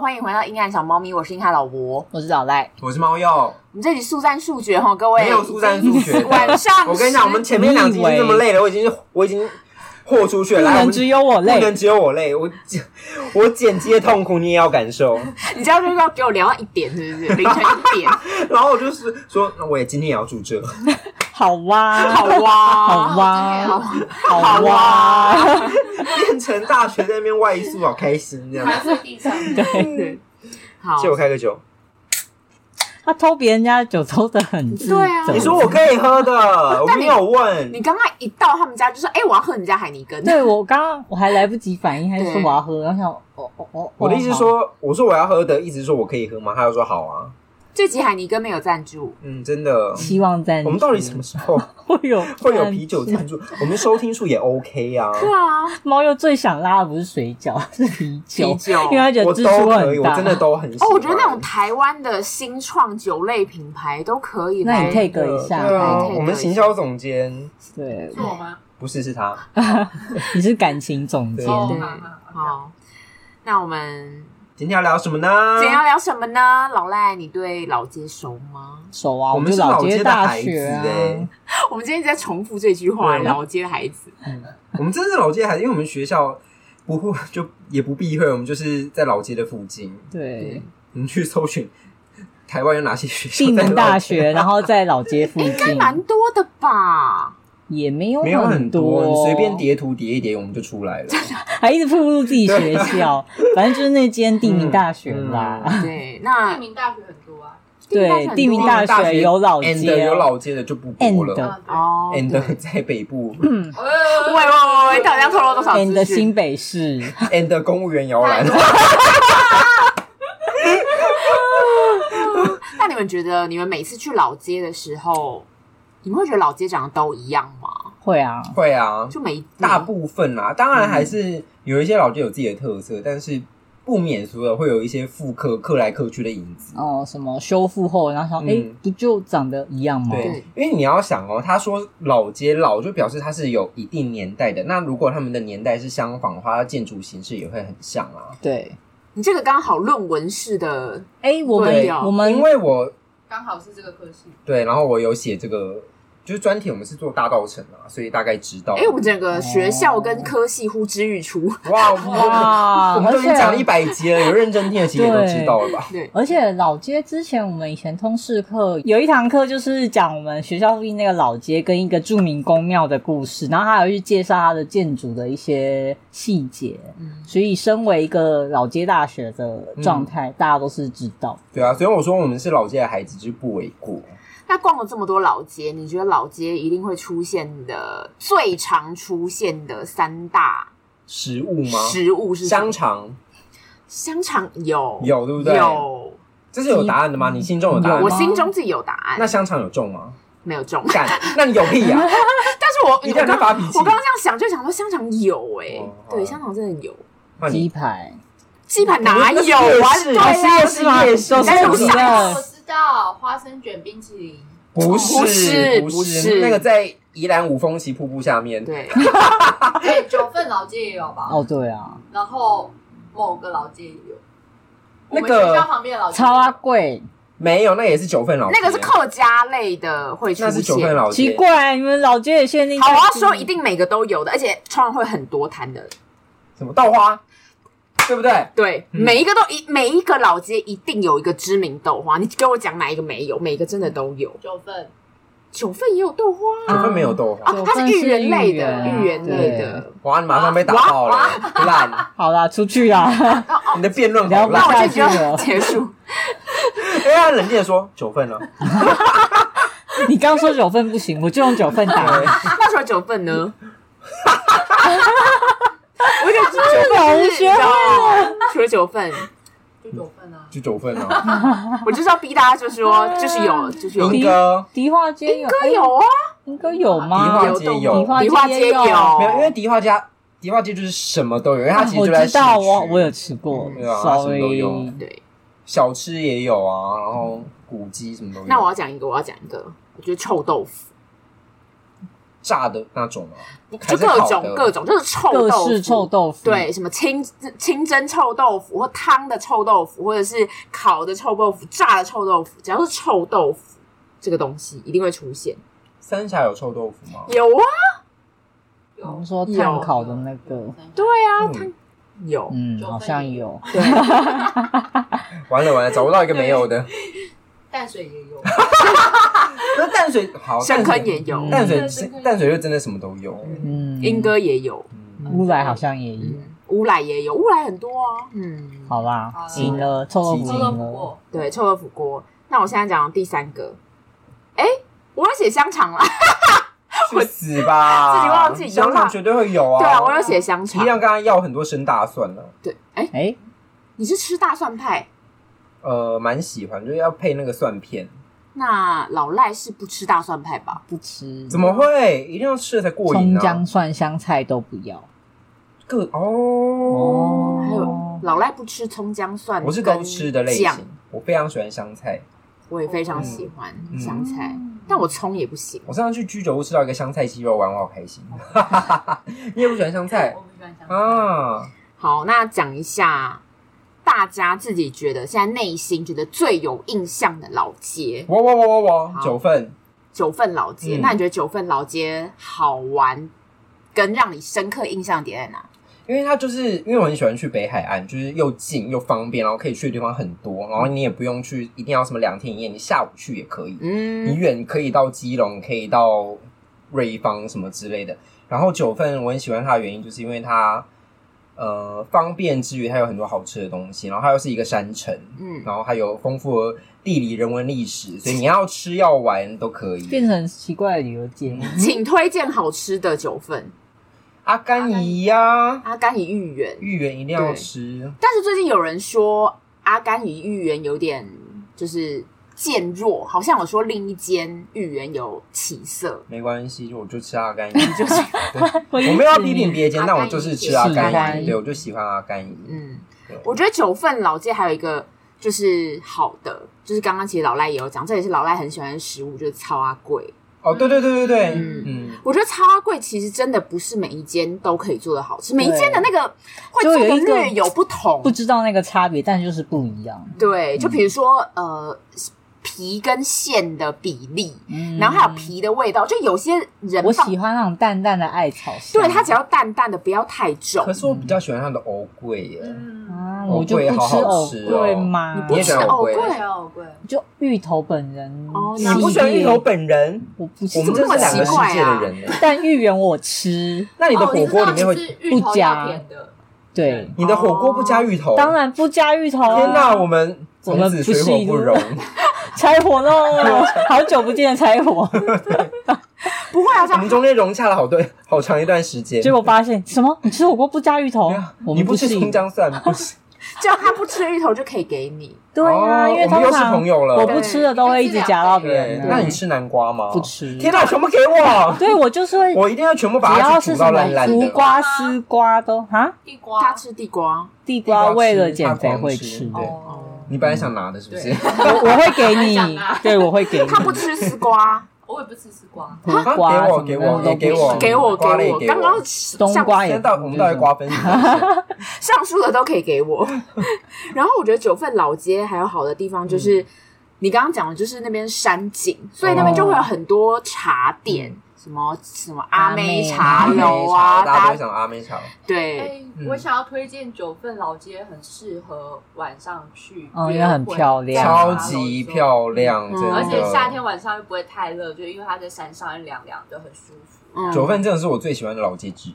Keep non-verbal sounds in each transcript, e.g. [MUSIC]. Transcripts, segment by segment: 欢迎回到阴暗小猫咪，我是硬汉老伯。我是老赖，我是猫药，我们这里速战速决哈，哦各位没有速战速决的。晚上 [LAUGHS] 我跟你讲，我们前面两集已经这么累了，我已经我已经豁出去不了，来，我能们只有我不累能。只有我累，我剪 [LAUGHS] 我剪辑的痛苦你也要感受。你这样就是要给我聊到一点，是不是？凌晨一点，然后我就是说，那我也今天也要住这， [LAUGHS] 好哇，好哇， [LAUGHS] 好哇，好，好哇，变成大学在那边外宿，好开心这样。趴在地上，对，好借，我开个酒，他偷别人家的酒偷的很 [LAUGHS] 自责。对啊你说我可以喝的，我但没你有问你，刚刚一到他们家就说，哎，我要喝你家海尼根，对我刚刚我还来不及反应，他就说对我要喝，然后想我我我我的意思是，说，我说我要喝的，一直说我可以喝吗？他就说好啊，这集海尼根没有赞助，嗯，真的好。希望在我们到底什么时候会有会 [LAUGHS] 有啤酒赞助？我们收听数也 OK 啊，对啊，猫又最想拉的不是水饺， [LAUGHS] 是啤酒，啤酒因为他觉得我支出都可很以，我大。真的都很喜哦欢。，我觉得那种台湾的新创酒类品牌都可以那来，你 take 一下，对来啊， take 我们行销总监对，是我吗？不是是他，你是感情总监对，啊哦，对好好好好，那我们今天要聊什么呢？今天要聊什么呢？老赖，你对老街熟吗？熟啊，我们们是就老街街的大孩子学啊，欸我们今天一直在重复这句话，对老街的孩子。我们真的是老街孩子，因为我们学校不会就也不避讳，我们就是在老街的附近。 [LAUGHS] 对，你去搜寻台湾有哪些学校地在老名街大学，然后在老街附应该近，蛮多的吧？也没有没有很多，多，你随便，叠图叠一叠，我们就出来了。还一直暴露自己学 [LAUGHS] 校，反正就是那间地名大学 [LAUGHS] 啦。嗯对，那地名大学很多啊，对，地名大地名大学学有老 and 街，有老街的就不播了 and 啊对哦 [LAUGHS] ，and 对在北部喂喂喂喂，到底要透露多少 and 资新讯？北市， [LAUGHS] ，and 公务员摇篮。那你们觉得，你们每次去老街的时候，你们会觉得老街长得都一样吗？会啊，会啊，就嗯每大部分啦，当然还是有一些老街有自己的特色，但是不免俗的会有一些复刻刻来刻去的影子。哦，什么修复后，然后想，哎嗯，不就长得一样吗？对，因为你要想哦，他说老街老就表示它是有一定年代的。那如果他们的年代是相仿的话，它建筑形式也会很像啊。对，你这个刚好论文式的，哎，我们对哦我们因为我刚好是这个科系，对，然后我有写这个，就是专题我们是做大道城啊，所以大概知道。哎，我们整个学校跟科系呼之欲出。哇，我哇， [LAUGHS] 我们都已经讲了而一且百集了，有认真听的其实也都对知道了吧？对，而且老街之前我们以前通识课有一堂课就是讲我们学校附近那个老街跟一个著名宫庙的故事，然后还有去介绍它的建筑的一些细节。嗯，所以，身为一个老街大学的状态，大家都是知道。对啊，所以我说我们是老街的孩子，就不为过。那逛了这么多老街，你觉得老街一定会出现的最常出现的三大食物吗？食物是什么香肠香肠有有对不对有，这是有答案的吗？你心中有答案我吗？心中自己有答那案，香肠有中吗？没有 [LAUGHS] 中。敢？那你有屁 [LAUGHS] 啊呀、但是我你在那我刚发脾气我刚刚这样想，就想说香肠有哎、哦好对，啊香肠真的有。那鸡你排，鸡排哪有啊？那是夜市对啊啊，是夜市吗是都但是是你我哦，我的，知道花生卷冰淇淋，不不是是不是那个在宜兰五峰旗瀑布下面，对，哎，九份老街也有吧？哦，对啊，然后某个老街也有，那个我们学校旁边的老街超阿贵，没有，那也是九份老街，啊那个是客家类的会出那是九份现。老街，奇怪，你们老街也限定在好，地。我要说一定每个都有的，而且通常会很多摊的。什么豆花，对不对？对，嗯每一个都一每一个老街一定有一个知名豆花，你跟我讲哪一个没有？每个真的都有，九份，九份也有豆花啊，九份没有豆花，啊，它是芋圆类的，九份是芋芋圆圆类的。哇，你马上被打爆了，烂！好啦，出去啊 [LAUGHS] 啦，你的辩论你要好不烂那要，我这下集去就了哦结束。因为他冷静的说九份了，你刚说九份不行，我就用九份打对你。那除了九份 [LAUGHS] 呢？我想吃九份，老就吴是学会了，除了九份，就九份啊，就九份了。 [LAUGHS] 我就是要逼大家，就说就是有，就是有。明哥迪化街应有，该有啊，应该有吗？迪化街有，迪化迪化街有，迪化没有，因为迪化家迪化街就是什么都有，因啊为它其实啊我就在知道，市区我我有吃过对啊它什么都，sorry，有对。小吃也有啊，然后古迹什么都有。那我要讲一个，我要讲一个，我觉得臭豆腐。炸的那种吗？啊还就是各烤种的各种，就是臭各豆式腐，臭豆腐，对，什么清清蒸臭豆腐，或汤的臭豆腐，或者是烤的臭豆腐、炸的臭豆腐，只要是臭豆腐这个东西一定会出现。三峡有臭豆腐吗？有啊，我有们说碳烤的那个，对啊，嗯它有，嗯，九好份像也有。对，完了完了，找不到一个没有 [LAUGHS] 的。淡水也有，那淡水好，深淡坑水也有，嗯淡水嗯深坑淡水就真的什么都有。嗯，莺歌也有，嗯乌来好像也有。嗯，乌来也有，乌来很多啊，嗯，好好啦，啦赢了，臭豆腐嗯臭赢豆腐了。过，对，臭豆腐锅。那我现在讲第三个，哎，我有写香肠啦，去死 [LAUGHS] 吧！自己忘记香有啦肠绝对会有啊。对啊，我有写香肠一。样，刚刚要很多生大蒜了，对，哎，哎，你是吃大蒜派？呃，蛮喜欢，就是要配那个蒜片。嗯那老赖是不吃大蒜派吧？不吃，怎么会？一定要吃了才过瘾葱啊！姜蒜香菜都不要。各哦，还哦有老赖不吃葱姜蒜，我是都吃的类酱型，我非常喜欢香菜。我也非常喜欢嗯香菜，嗯但我葱也不行。我上次去居酒屋吃到一个香菜鸡肉丸，我好开心。哦 [LAUGHS] 你也不喜欢香菜我不喜欢香肠，啊？好，那讲一下大家自己觉得现在内心觉得最有印象的老街，我我我我我好九份，九份老街。嗯那你觉得九份老街好玩，跟让你深刻印象点在哪？因为它就是因为我很喜欢去北海岸，就是又近又方便，然后可以去的地方很多，然后你也不用去一定要什么两天一夜，你下午去也可以。你嗯，远可以到基隆，可以到瑞芳什么之类的。然后九份我很喜欢它的原因，就是因为它呃方便之余，它有很多好吃的东西，然后它又是一个山城，嗯然后还有丰富的地理、人文、历史，所以你要吃要玩都可以。变成奇怪的旅游节目。请推荐好吃的九份阿甘姨呀、阿甘与芋圆。芋圆一定要吃，但是最近有人说阿甘与芋圆有点就是渐弱，好像有说另一间芋圆有起色。没关系，我就吃阿甘姨，就是我没有要批评别间，但我就是吃阿阿甘甘姨，姨对我就喜欢阿甘姨。嗯对，我觉得九份老街还有一个就是好的，就是刚刚其实老赖也有讲，这也是老赖很喜欢的食物，就是超阿贵。哦，对对对对对，嗯嗯我觉得超阿贵其实真的不是每一间都可以做的好吃，每一间的那个会就做有的一个略有不同不。知嗯道那个差别，但就是不一样。对，就比如说呃皮跟馅的比例，嗯然后还有，皮的味道，就有些人我放喜欢那啊种淡淡的艾草香。对它只要淡淡的，不要太重可。是我比较喜欢它的藕桂耶，嗯，啊，藕我就桂不好吃好藕吃哦桂吗？你不也喜吃欢藕桂我桂也喜欢藕桂，就芋头本人哦系你列，不我喜欢芋头本人，我不我是们这真么是两个世奇怪界啊的人耶。但芋圆我吃，那你的哦火锅里面你知会，道你是芋头不加要甜的，对，你的火锅不加芋头？哦当。然不加芋头啊。天哪，我们我从们此水火不容。 [LAUGHS] 柴火喽！好久不见的柴火， [LAUGHS] 不会啊，这我样们中间融洽了好多好长一段时间。结果发现什么？你吃火锅不加芋头对啊？我你们不吃信葱姜蒜，不是这样他不吃芋头就可以给你。 [LAUGHS] 对啊，哦因为我们通又是常朋友了我不吃的都会一直夹到别对人。，那你吃南瓜吗？不。吃？天哪，全部给 [LAUGHS] 我！对我就是会，我一定要全部把只它要煮是到什烂么烂胡的。瓜、丝瓜都啊，地瓜，他吃地瓜，地地瓜瓜为吃了减他肥狂会吃吃，对哦，你本来想拿的是不 [LAUGHS] 啊是对？我我会给 [LAUGHS] 想你拿，对我会给你他不吃丝瓜，我也不吃丝瓜，胡啊瓜给什我么给的我都也给不我吃给我给瓜类我，给刚我刚吃冬上瓜现在也到我们到底瓜分几个人？上述的都可以给我。 [LAUGHS] 然后我觉得九份老街还有好的地方就是，你刚刚讲的就是那边山景，所以那边就会有很多茶店，什么什么阿妹茶楼 [LAUGHS] 啊，大家都大会家想阿妹茶。对。哎嗯，我想要推荐九份老街，很适合晚上去，哦因为很漂啊亮超级漂亮，嗯真的。而且夏天晚上又不会太热，就因为它在山上凉凉的，很舒服。嗯九份真的是我最喜欢的老街之一。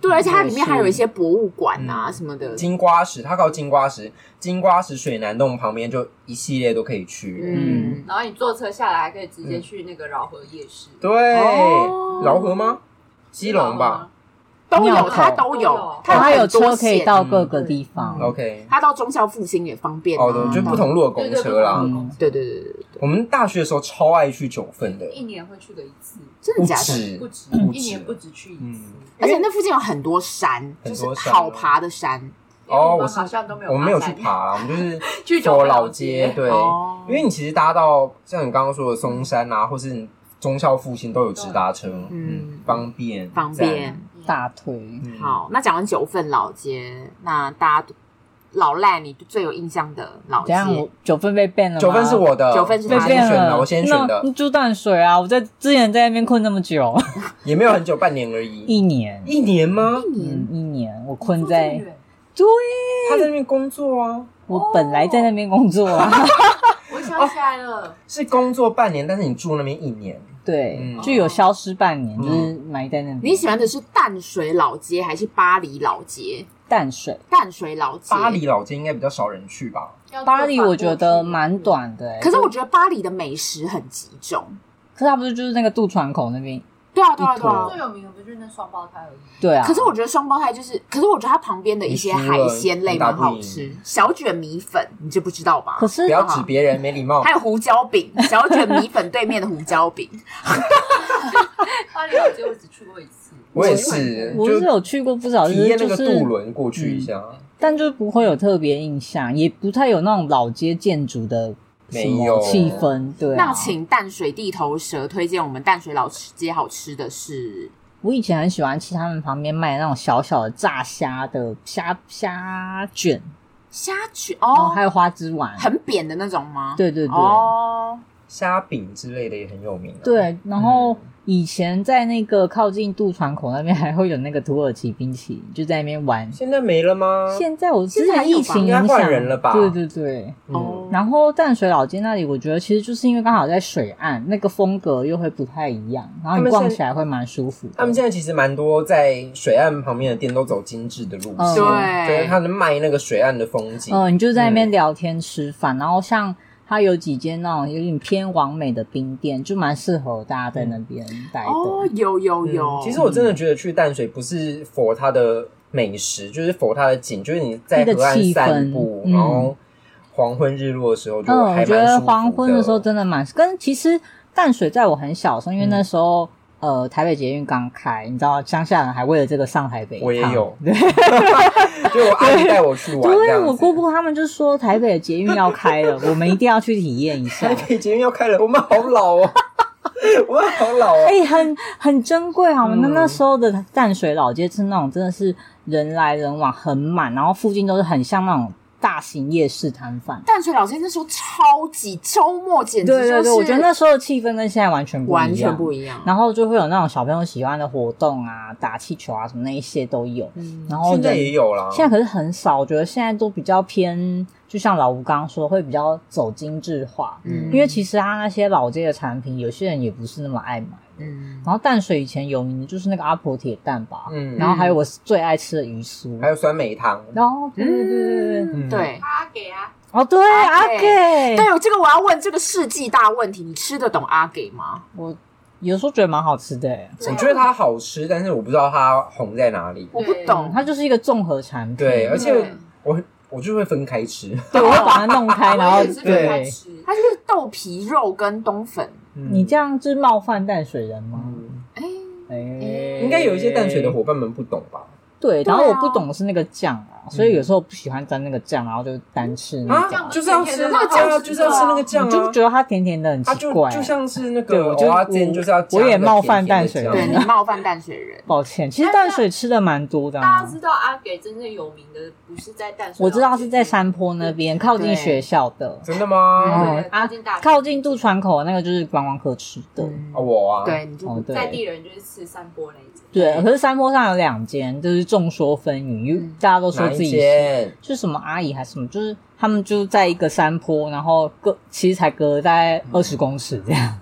对，而且它里面还有一些博物馆啊嗯什么的，金瓜石，它靠金瓜石，金瓜石水南洞旁边就一系列都可以去。嗯，然后你坐车下来，还可以直接去那个饶河夜市，对哦，饶河吗？基隆吧。都庙有，口它都都有有，有它有很多车可以线到各个地方。嗯 OK，它到忠孝复兴也方便啊。哦，对，就不同路的公车啦对。嗯对对对对对，我们大学的时候超爱去九份的，一年会去个一次，真的不假的？止不止嗯不止一年不止去一次嗯。而且那附近有很多山，很就多是山好哦爬的山。因为我哦们我是好像都没有，我们没有去，爬啦，我们就是 [LAUGHS] 去走九份老老街街。对，哦因为你其实搭到像你刚刚说的松山啊，或是你忠孝复兴都有直达车，嗯嗯，方便方便。。大腿。赞嗯好，那讲完九份老街，那大家老赖你最有印象的老怎街，样？我九份被 ban 了吗？九分是我的，九份是被他我的先 ban 选了。的，我先选的那，猪淡水啊！我在之前在那边困那么久，也没有很久，半年而已，一年，一年吗？一嗯年，一年，我困在住这么。远对，他在那边工作啊，我本来在那边工作啊。哦我想起来了，是工作半年，但是你住那边一年，对，嗯就有消失半年，嗯就是埋在那边。你喜欢的是淡水老街还是巴黎老街？淡水？淡水老街，巴黎老街应该比较少人去吧？要坐哦巴黎反我过觉得嗯去蛮，短的、欸，可是我觉得巴黎的美食很集中。可是它不是就是那个渡船口那边？对啊，对啊，对一啊坨最。有名的不就是那双胞 [LAUGHS] 胎而已。对啊。可是我觉得双胞胎就是，可是我觉得它旁边的一些你输海了鲜类你打蛮不好赢吃，小卷米粉你就不知道吧？可是不要指别人没礼貌还，有胡椒饼，小卷米粉对面的胡椒饼，巴黎老街我只去过一次，我也是，我就是有去过不少次，体验那就个是嗯渡轮过去一下，但就是不会有特别印象，也不太有那种老街建筑的什没么有气氛。对、啊，那请淡水地头蛇推荐我们淡水老吃街好吃的是我以前很喜欢吃他们旁边卖的那种小小的炸虾的虾虾卷，虾卷然后哦，还有花枝丸。很扁的那种吗？对对对、哦，虾饼之类的也很有名啊。对，然后嗯以前在那个靠近渡船口那边还会有那个土耳其冰淇淋，就在那边玩。现在没了吗？现在我之现在还前有吧疫情应该影换响人了吧对对对。嗯，哦，然后淡水老街那里，我觉得其实就是因为刚好在水岸，那个风格又会不太一样，然后你他们逛现起来会蛮舒服的。他们现在其实蛮多在水岸旁边的店都走精致的路嗯线，对，对，他们卖那个水岸的风景。嗯、你就在那边嗯聊天吃饭，然后像它有几间那种有点偏完美的冰店，就蛮适合大家在那边待的。哦，有有嗯有，其实我真的觉得去淡水不是佛它的美食，就是佛它的景，就是你在河岸散步，那个气氛嗯然后黄昏日落的时候就嗯，我还蛮舒觉服的。得黄昏的时候真的蛮，跟其实淡水在我很小的时候，因为那时候、呃台北捷运刚开，你知道乡下人还为了这个上台北一趟，我也有， [LAUGHS] 就我阿姨带我去玩，这对样子我姑姑他们就说台北的捷运要开 [LAUGHS] 了，我们一定要去体验一 [LAUGHS] 下台。北捷运要开了，我们好老 [LAUGHS] 哦，我们好老哦。哎、很很珍贵好吗？那嗯那时候的淡水老街是那种真的是人来人往很满，然后附近都是很像那种大型夜市摊贩。淡水老街那时候超级周末简直对对就对，是我觉得那时候的气氛跟现在完全不一样，完全不一样。然后就会有那种小朋友喜欢的活动啊，打气球啊什么那一些都有。嗯然后现在人也有啦，现在可是很少，我觉得现在都比较偏，就像老吴刚刚说，会比较走精致化。嗯因为其实他那些老街的产品，有些人也不是那么爱买。嗯，然后淡水以前有名的就是那个阿婆铁蛋吧，嗯然后还有我最爱吃的鱼酥，还有酸梅汤，然后对对对对对，嗯对对他给啊，哦对阿阿给给，对，这个我要问这个世纪大问题，你吃得懂阿给吗？我有时候觉得蛮好吃的欸，啊我觉得它好吃，但是我不知道它红在哪里。我不对懂，它就是一个综合产品，对，而且对我我就会分开吃，对我会把它弄开，然后 [LAUGHS] 我也是分开对，吃，它就是豆皮肉跟冬粉。你这样是冒犯淡水人吗？嗯哎，哎，应应该有一些淡水的伙伴们不懂吧？对，对啊然后我不懂的是那个酱啊，所以有时候不喜欢沾那个酱，然后就单吃那个这酱，啊样不啊就是要吃那个甜甜酱的啊，就是要吃那个酱你就不啊。觉得它甜甜的很它奇就怪？啊就像是那对个我就蚵仔煎，就是要加我也那个冒犯甜甜淡的水酱对 [LAUGHS] 人你冒犯淡水人。抱歉，其实淡水吃的蛮多的、大啊家知。道阿给真正有名的不是在淡水，我知道是在，山坡那边，靠近学校的，真的吗？嗯对，靠近大学靠近渡船口那个就是观光客吃的。嗯啊，我啊，对，你就哦，不在对地人就是吃山坡那一间，对，可是山坡上有两间，就是众说纷纭，因为嗯大家都说哪自一己间？是什么阿姨还是什么，就是他们就在一个山坡，然后隔其实才隔大概二十公尺这样，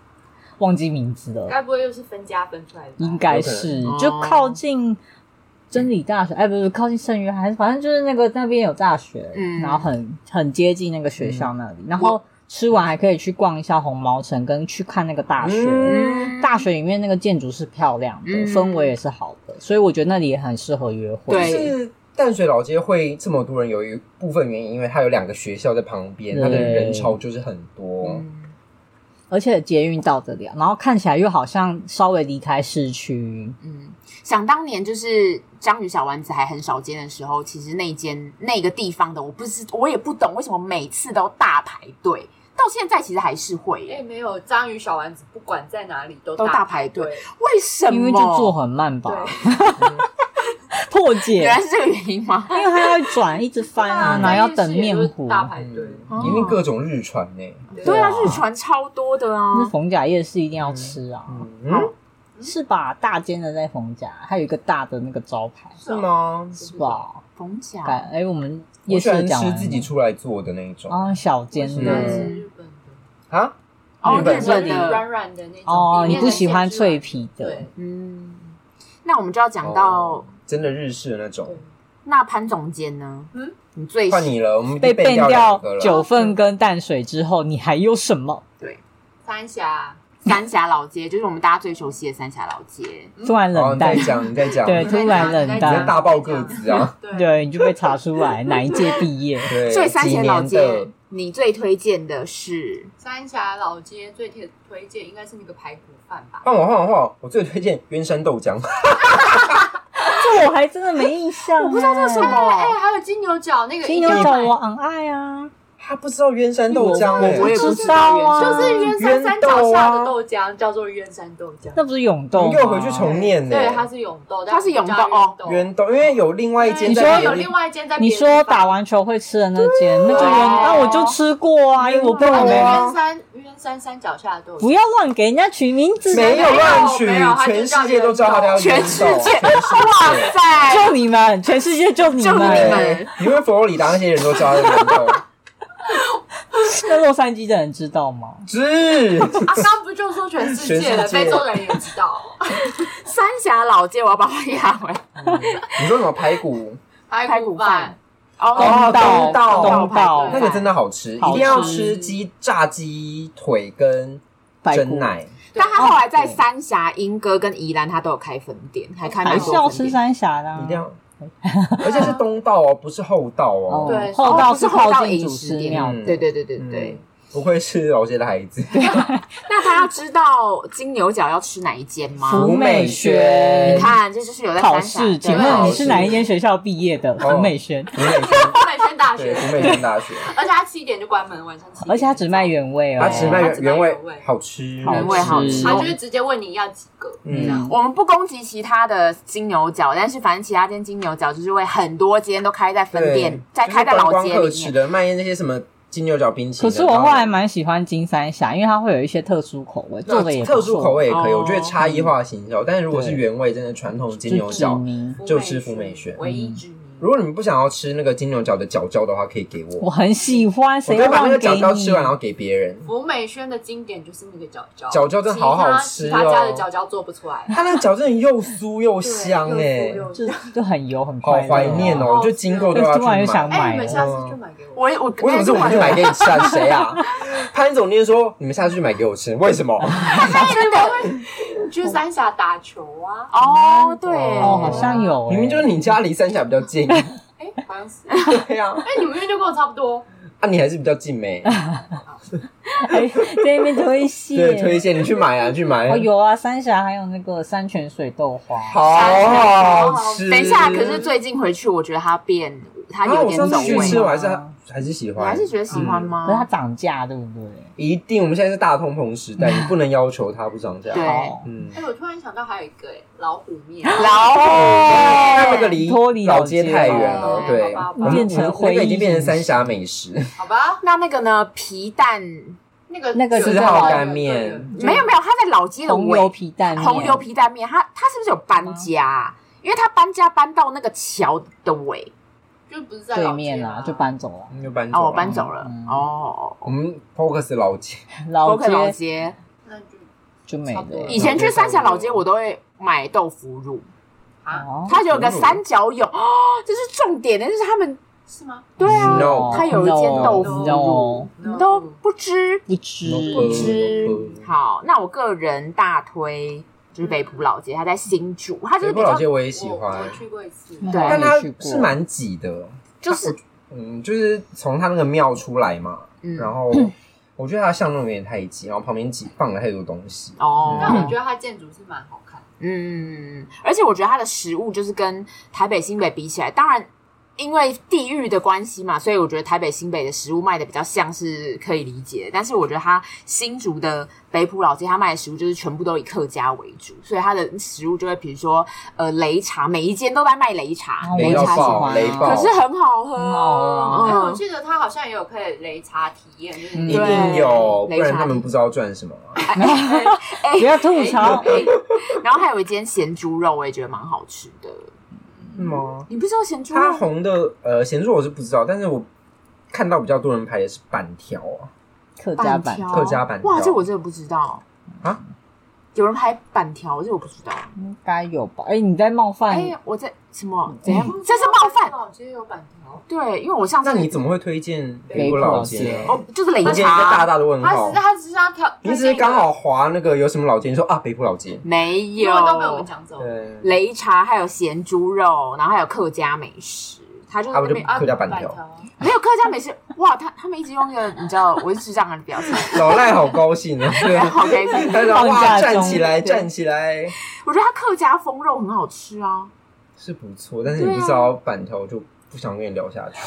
忘记名字了，该不会又是分家分出来的吧？应该是有可能哦就靠近真理大学，哎，不是靠近圣约翰，还是反正就是那个那边有大学，嗯然后很很接近那个学校那里，然后吃完还可以去逛一下红毛城，跟去看那个大学。嗯嗯大学里面那个建筑是漂亮的，嗯氛围也是好的，所以我觉得那里也很适合约会。对是淡水老街会这么多人，有一部分原因，因为它有两个学校在旁边，对它的人潮就是很多。嗯而且捷运到得了，然后看起来又好像稍微离开市区，嗯，想当年就是章鱼小丸子还很少见的时候，其实那间那个地方的我不知我也不懂为什么每次都大排队，到现在其实还是会哎、耶，没有章鱼小丸子，不管在哪里都都大排队，为什么？哎因为就做很慢吧，对，[LAUGHS] 破原解，来是这个原因吗？因为它要转，一直翻啊，然后要等面对啊在夜市也都糊是。大排哦队。嗯，因为各种日传呢。对啊，日传超多的啊那，逢甲夜市一定要吃啊，嗯，是吧？大间的在逢甲，还有一个大的那个招牌，是吗？是吧？逢甲哎、哎，我们我夜喜市欢讲吃完了自己出来做的那一种哦，小间我喜的欢对吃日本的，啊。哦，日日本本里软的，软的那种哦，里你面不的喜欢馅是软脆皮的对，嗯，那我们就要讲到哦真的日式的那种对。那潘总监呢？嗯嗯，你最换你了，我们已被经背变掉两个了。九份跟淡水之后，你还有什么？三峡三峡老街，就是我们大家最熟悉的三峡老街。突然然后冷你再淡，讲，你再讲，对你突然冷淡在大爆个子啊！ [LAUGHS] 对，对，你就被查出来哪一届毕业。对，所以三几峡老年的街，你最推荐的是三峡老街最推推荐应该是那个排骨饭吧。换我，换我，换我！我最推荐鸳山豆浆， [LAUGHS] 这我还真的没印象，我不知道这是什哎、嗯还有金牛角那个金一定牛要角买我很爱啊，他不知道鸳山豆浆哎，我也不不知知道道原啊，生就是冤山三角下的豆浆，叫做冤山豆浆。那不是永豆吗？你给我回去重念呢。对，它是永豆，但它是永豆我们叫冤豆。鸳豆，哦因为有另外一间你对在说说有别另的，外一间在你别的地说方打完球会吃的那间，那就原哦那我就吃过啊，因为我不对懂啊啊。冤山冤山山脚下的豆不浆，要乱给人家取名字，没有乱取没有没有，它就全叫世界都知道他叫哎原豆全鸳世豆，界全世哇界。塞，就你们，全世界就你就你们们。对，因为佛罗里达那些人都知道他叫鸳豆，那洛杉矶的人知道吗？是 [LAUGHS] 啊，刚不就说全世界全了，世界非洲人也知道。 [LAUGHS] 三峡老街，我要把话压回来。你说什么排骨？排排骨骨饭饭，哦道哦，东道东道那个真的好吃，一好吃定要吃鸡炸鸡腿跟排骨蒸奶。但他后来在三峡、莺歌跟宜兰，他都有开分店，还开蛮还是多要分吃店。三峡的、一啊定，要，而且是东道哦，不是后道哦。对哦后道是靠近饮祖食师店庙嗯对对对对嗯对。，不愧是老街的孩子。那他要知道金牛角要吃哪一间吗？福美美你轩轩看，这就是有在考三峡。试，请问你是哪一间学校毕业的？考试彭美轩，福美轩，福美轩 [LAUGHS] 大对，学，福美轩大学，而且它七点就关门，晚上七点。而且他只卖，原味哦，它只卖它原只卖原原味味，好吃，原味好吃他就是直接问你要几个。嗯，我们不攻击其他的金牛角，但是反正其他间金牛角就是会很多间都开在分对店，，在开在老就街是观光客里吃面。的，卖那些什么金牛角冰淇可淋。啊是我后来然蛮喜欢金三峡，因为它会有一些特殊口味，做的也那不错特殊口味也可以，哦我觉得差异化行销。但是如果是对原味，真的传统金牛就指角，名。就吃福美轩嗯唯一之名。如果你们不想要吃那个金牛角的角胶的话，可以给我我，很喜欢，我谁可以要把那让个给角胶吃完，然后你？给别人。福美轩的经典就是那个角角，角角真的好好吃哦其他其他家的角角做不出来，它那个角真的又酥又香哎对，又酥又就就很油，很好快乐怀念哦！好就经过都就要 [LAUGHS] 去突然买又。想哎，买你们了。下次就买给我。我也我为什么是我去买给你吃啊？[LAUGHS] 谁啊？潘总监说你们下次去买给我吃，为什么？哦真的你去三峡打球啊？哦，嗯对，哦，好像有欸，明明就是你家离三峡比较 [LAUGHS] 近，哎，好像是。对呀，哎，你们运就跟我差不多。啊，你还是比较近没？嗯哎 [LAUGHS] 在那边推卸，对，推荐你去买啊，去买哦，，哎有啊，三峡还有那个山泉水豆花，好好吃。等一下，可是最近回去，我觉得它变，它有啊，我点上走次去吃，味。我还是还是喜你欢，还是觉得喜欢可是它吗？涨价，对不对？一定，我们现在是大通膨时代，你不能要求它不涨价。嗯对好嗯，哎，我突然想到还有一个哎，老虎面。老哦那虎那个离脱离老老街街太远了哦，对，好吧我们变成我们那个已经回忆变成三峡美食，好吧，那那个呢？皮蛋那个那个九是四道号的干对面，没有没有，它在老街的红尾油皮蛋面，红油皮蛋面，它它是不是有搬家啊？因为它搬家搬到那个桥的尾就不是在对老面街啊，就。搬走了。嗯又搬走哦，了我搬走了嗯哦。我们 focus 老街，老 OK 老街街，那就就没差不多了了。以前去三峡老街，我都会买豆腐乳，啊，哦它有个三角蛹哦，这是重点的，就是他们是吗？对啊，嗯 No 它有一间豆腐嗯 No 乳，你都不知不吃，不知 No。好，那我个人大推就是北浦老街，它在新竹，它就是比北部老较街我也我喜欢我，去过一次，对但没它去过是蛮挤的，就是嗯，就是从它那个庙出来嘛，嗯然后我觉得它巷弄有点太挤，然后旁边挤放了太多东西，哦，但我觉得它建筑是蛮好嗯看的。嗯，而且我觉得它的食物就是跟台北新北比起来，当然因为地域的关系嘛，所以我觉得台北新北的食物卖的比较像是可以理解的，但是我觉得它新竹的北浦老街，它卖的食物就是全部都以客家为主，所以它的食物就会比如说呃擂茶，每一间都在卖擂茶，哦雷擂到茶喜爆，欢，啊雷爆，可是很好喝很好喝哎哦，我嗯记得他好像也有可以擂茶体验，就是嗯一你对定有，不雷然茶他们不知道赚什么啊。不要吐哎槽，然后还有一间咸猪肉，我也觉得蛮好吃的。嗯是吗？你不知道咸猪它肉？红的呃咸猪我是不知道，但是我看到比较多人排的是板条啊，客家版条客家板条哇，这我真的不知道啊！有人拍板条，这我不知道。应该有吧？哎，你在冒犯哎，我在什么？嗯怎样？这是冒犯？老街有板条，对，因为我上次那你怎么会推荐北浦国老老街街呢？哦，就是我擂给你一个大茶，大的问他只号是。他只是要挑，你只是刚好划那个有什么老街，你说啊北浦老街，没因有为都被我们讲走。对，擂茶，还有咸猪肉，然后还有客家美食。他就是啊我那就边啊客家板条条，没有客家美食，哇！他他们一直用一个你知道我是智障人的表情，老赖好高兴啊！对啊，好开心。他说放哇假站中起来对站起来我觉得他客家风肉很好吃啊，是不错，但是你不知道板条就不想跟你聊下去。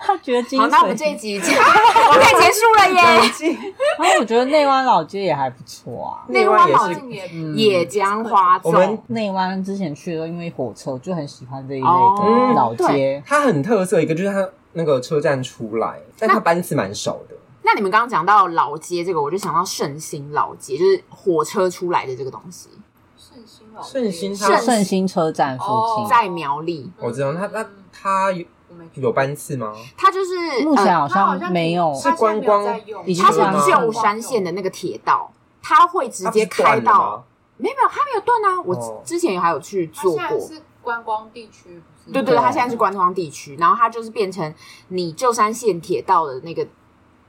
他觉得精好，神。那我们这一集结， [LAUGHS] 我可以结束了耶。 [LAUGHS] 然后我觉得内湾老街也还不错啊。内外湾也老是街，也嗯野江花我们粽，内湾之前去的时候，因为火车，我就很喜欢这一类哦的老街。它很特色一个就是它那个车站出来，但它班次蛮少的。那你们刚刚讲到老街这个，我就想到圣心老街，就是火车出来的这个东西，顺心哦老街顺心它圣圣圣心车站附哦近，在苗栗，我知道它它它有嗯我没去有班次吗？它就是目前呃好像没有是观光它它是已经吗旧山线的那个铁道，它会直它不接是开断了到吗，没有没有，它没有断啊，哦我之前还有去做做过，过，是观光地区，不是对对，对哦对，它现在是观光地区，然后它就是变成你旧山线铁道的那个，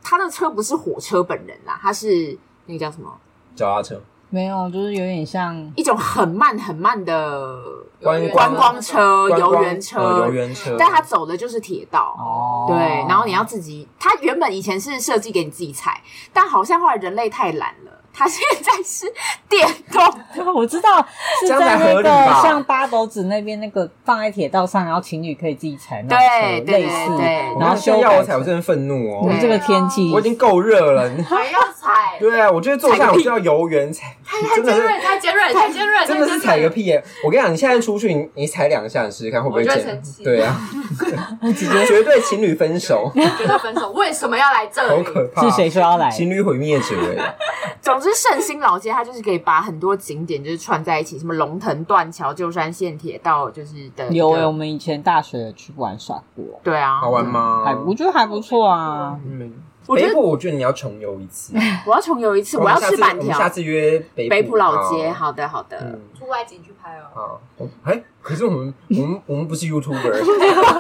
它的车不是火车本人啦，它是那个叫什么，脚踏车，没有，就是有点像一种很慢很慢的观观光车、观光游园呃游车，园车，但它走的就是铁道。哦，对，然后你 [LAUGHS] 要自己，它原本以前是设计给你自己踩，但好像后来人类太懒了，它现在是电动。我知道是这样才在那合理吧个像八斗子那边那个放在铁道上，然后情侣可以自己踩那对种车，对类对啊似。对，然后我真的修要我改踩，我成真的愤怒我哦！们这个天气，我已经够热了，你还要踩，对啊，我觉得坐下我就要游园踩，太真的是尖锐，太尖锐，太尖锐，真的是踩个屁耶！我跟你讲，你现在出去，你你踩两下，你试试看会不会我就会剪生？气对啊，绝对情侣 [LAUGHS] 分手，觉得分手，为什么要来这好里？可怕！是谁说要来？情侣毁灭者哎！总之，圣心老街它就是可以把很多景点就是串在一起，什么龙腾断桥、旧山线铁道，就是的。有哎、的我们以前大学有去玩耍过，对啊，好玩吗？还我觉得还不错啊。嗯，我觉北得浦，我觉得你要重游一次。我要重游一次，[LAUGHS] 们我要下次吃板我们条。下次约北北浦老街，好。好的好的嗯，出外景去拍哦。好，我哎，可是我们我们我们不是 [LAUGHS] YouTuber，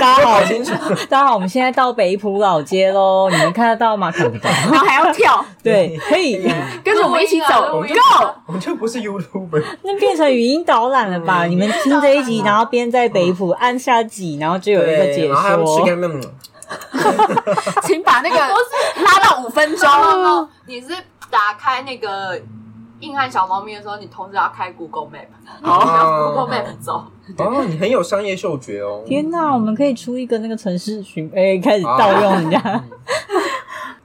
大家好搞，清楚。大家好，我们现在到北浦老街喽，你们看得到吗？看不到。然后还 [LAUGHS] 要跳，对，可以，跟着我们一起走录音，Go！啊嗯我们就不是 YouTuber，那变成语音导览了吧？你们听这一集，然后边在北浦按下几，然后就有一个对，解然后还要吃说。干面，请把那个拉到五分 [LAUGHS] 钟。 no no no，你哦是打开那个硬汉小猫咪的时候，你同时要开 Google Map，哦好然嗯后 Google Map 走，哦，啊你很有商业嗅觉哦。 [LAUGHS] 天哪，我们可以出一个那个城市巡，哎，开始盗用人 [LAUGHS] 家。嗯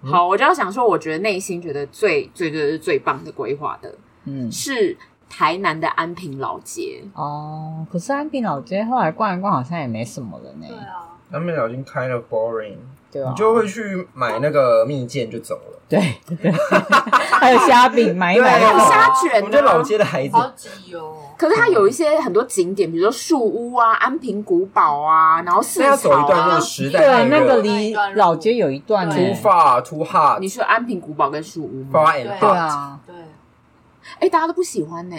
好，我就要想说，我觉得内心觉得最最最最最棒的规划的嗯，是台南的安平老街。哦，可是安平老街后来逛一逛，好像也没什么了呢对。啊，他们已经开了 Boring，对啊吧你？就会去买那个蜜饯就走了。对对 [LAUGHS] 对，还有虾饼买一买对还就有走。虾哎我卷们呢这？老街的孩子好挤哦。可是它有一些很多景点，比如说树屋啊、安平古堡啊，然后市那要走场一段啊路，啊实在太对，那个热。离老街有一段呢。对出发出哈你说安平古堡跟树屋吗？发 and 对 hot，啊，对，哎、大家都不喜欢呢、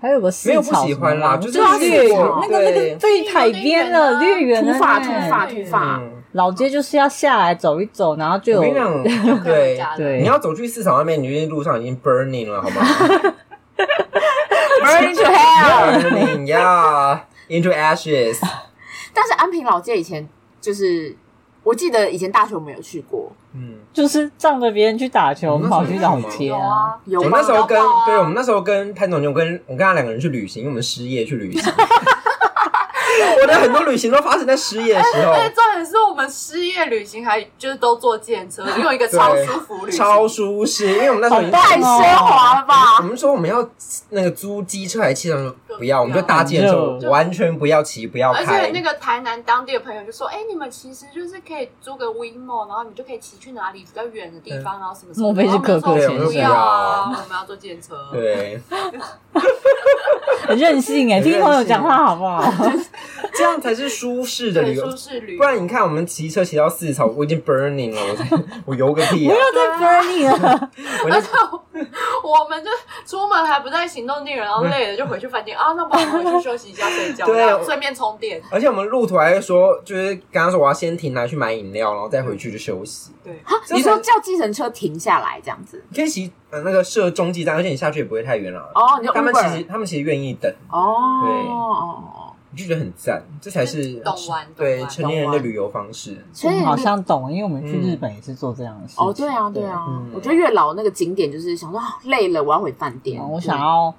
还有个市没有不场喜欢啦，什么就的是对啊略市远场，那个那对个最海边了，略远了突呢。发突发突发，嗯老街就是要下来走一走，然后就我跟你有 [LAUGHS] 讲，回对。家了。对你要走去市场外面，你就路上已经 burning 了，好 [LAUGHS] 吗 burn [LAUGHS] to hell。 ？burning 呀、yeah,，into ashes。但是安平老街以前就是，我记得以前大学我们有去过，嗯，就是仗着别人去打球，我们跑去老街有。啊，有我吗那时候跟有吧 [LAUGHS] 对我们那时候跟潘总监，我跟我跟他两个人去旅行，因为我们失业去旅行。我的很多旅行都发生在失业的时候而，且哎重点是我们失业旅行还就是都坐电车，用一个超舒服旅行，超舒适，因为我们那时候已经好棒太奢华了我吧？们说我们要那个租机车还是汽车，不要，我们就搭建很车，热完全不要骑，不要而且开那。个台南当地的朋友就说：“哎、你们其实就是可以租个 WeMo，然后你就可以骑去哪里比较远的地嗯方，然后什么什么。”莫非是各然后我个们钱对我们说就不不要啊，要，我们要坐电车。对，很任性哎，很任性听朋友讲话好不好？这样才是舒适的对，旅舒游。适旅游。不然你看，我们骑车骑到四草，我已经 burning 了，我 [LAUGHS] 才我游个屁啊！在 burning 啊了，我就而且我们就出门还不带行动电源，然后累了就回去饭店啊，那不然我们回去休息一下睡觉，对这样顺便充电。而且我们路途还会说，就是刚刚说我要先停来去买饮料，然后再回去就休息。对，啊你说叫计程车停下来这样子？你可以骑呃那个设中继站，而且你下去也不会太远了。哦，你就他们 Uber 其实他们其实愿意等，哦对哦，你就觉得很赞，这才是懂玩懂对玩成年人的旅游方式。我所以们好你像懂，因为我们去日本也是做这样的事情。哦，对啊，对啊，嗯我觉得越老那个景点就是想说啊累了，我要回饭店，哦我想要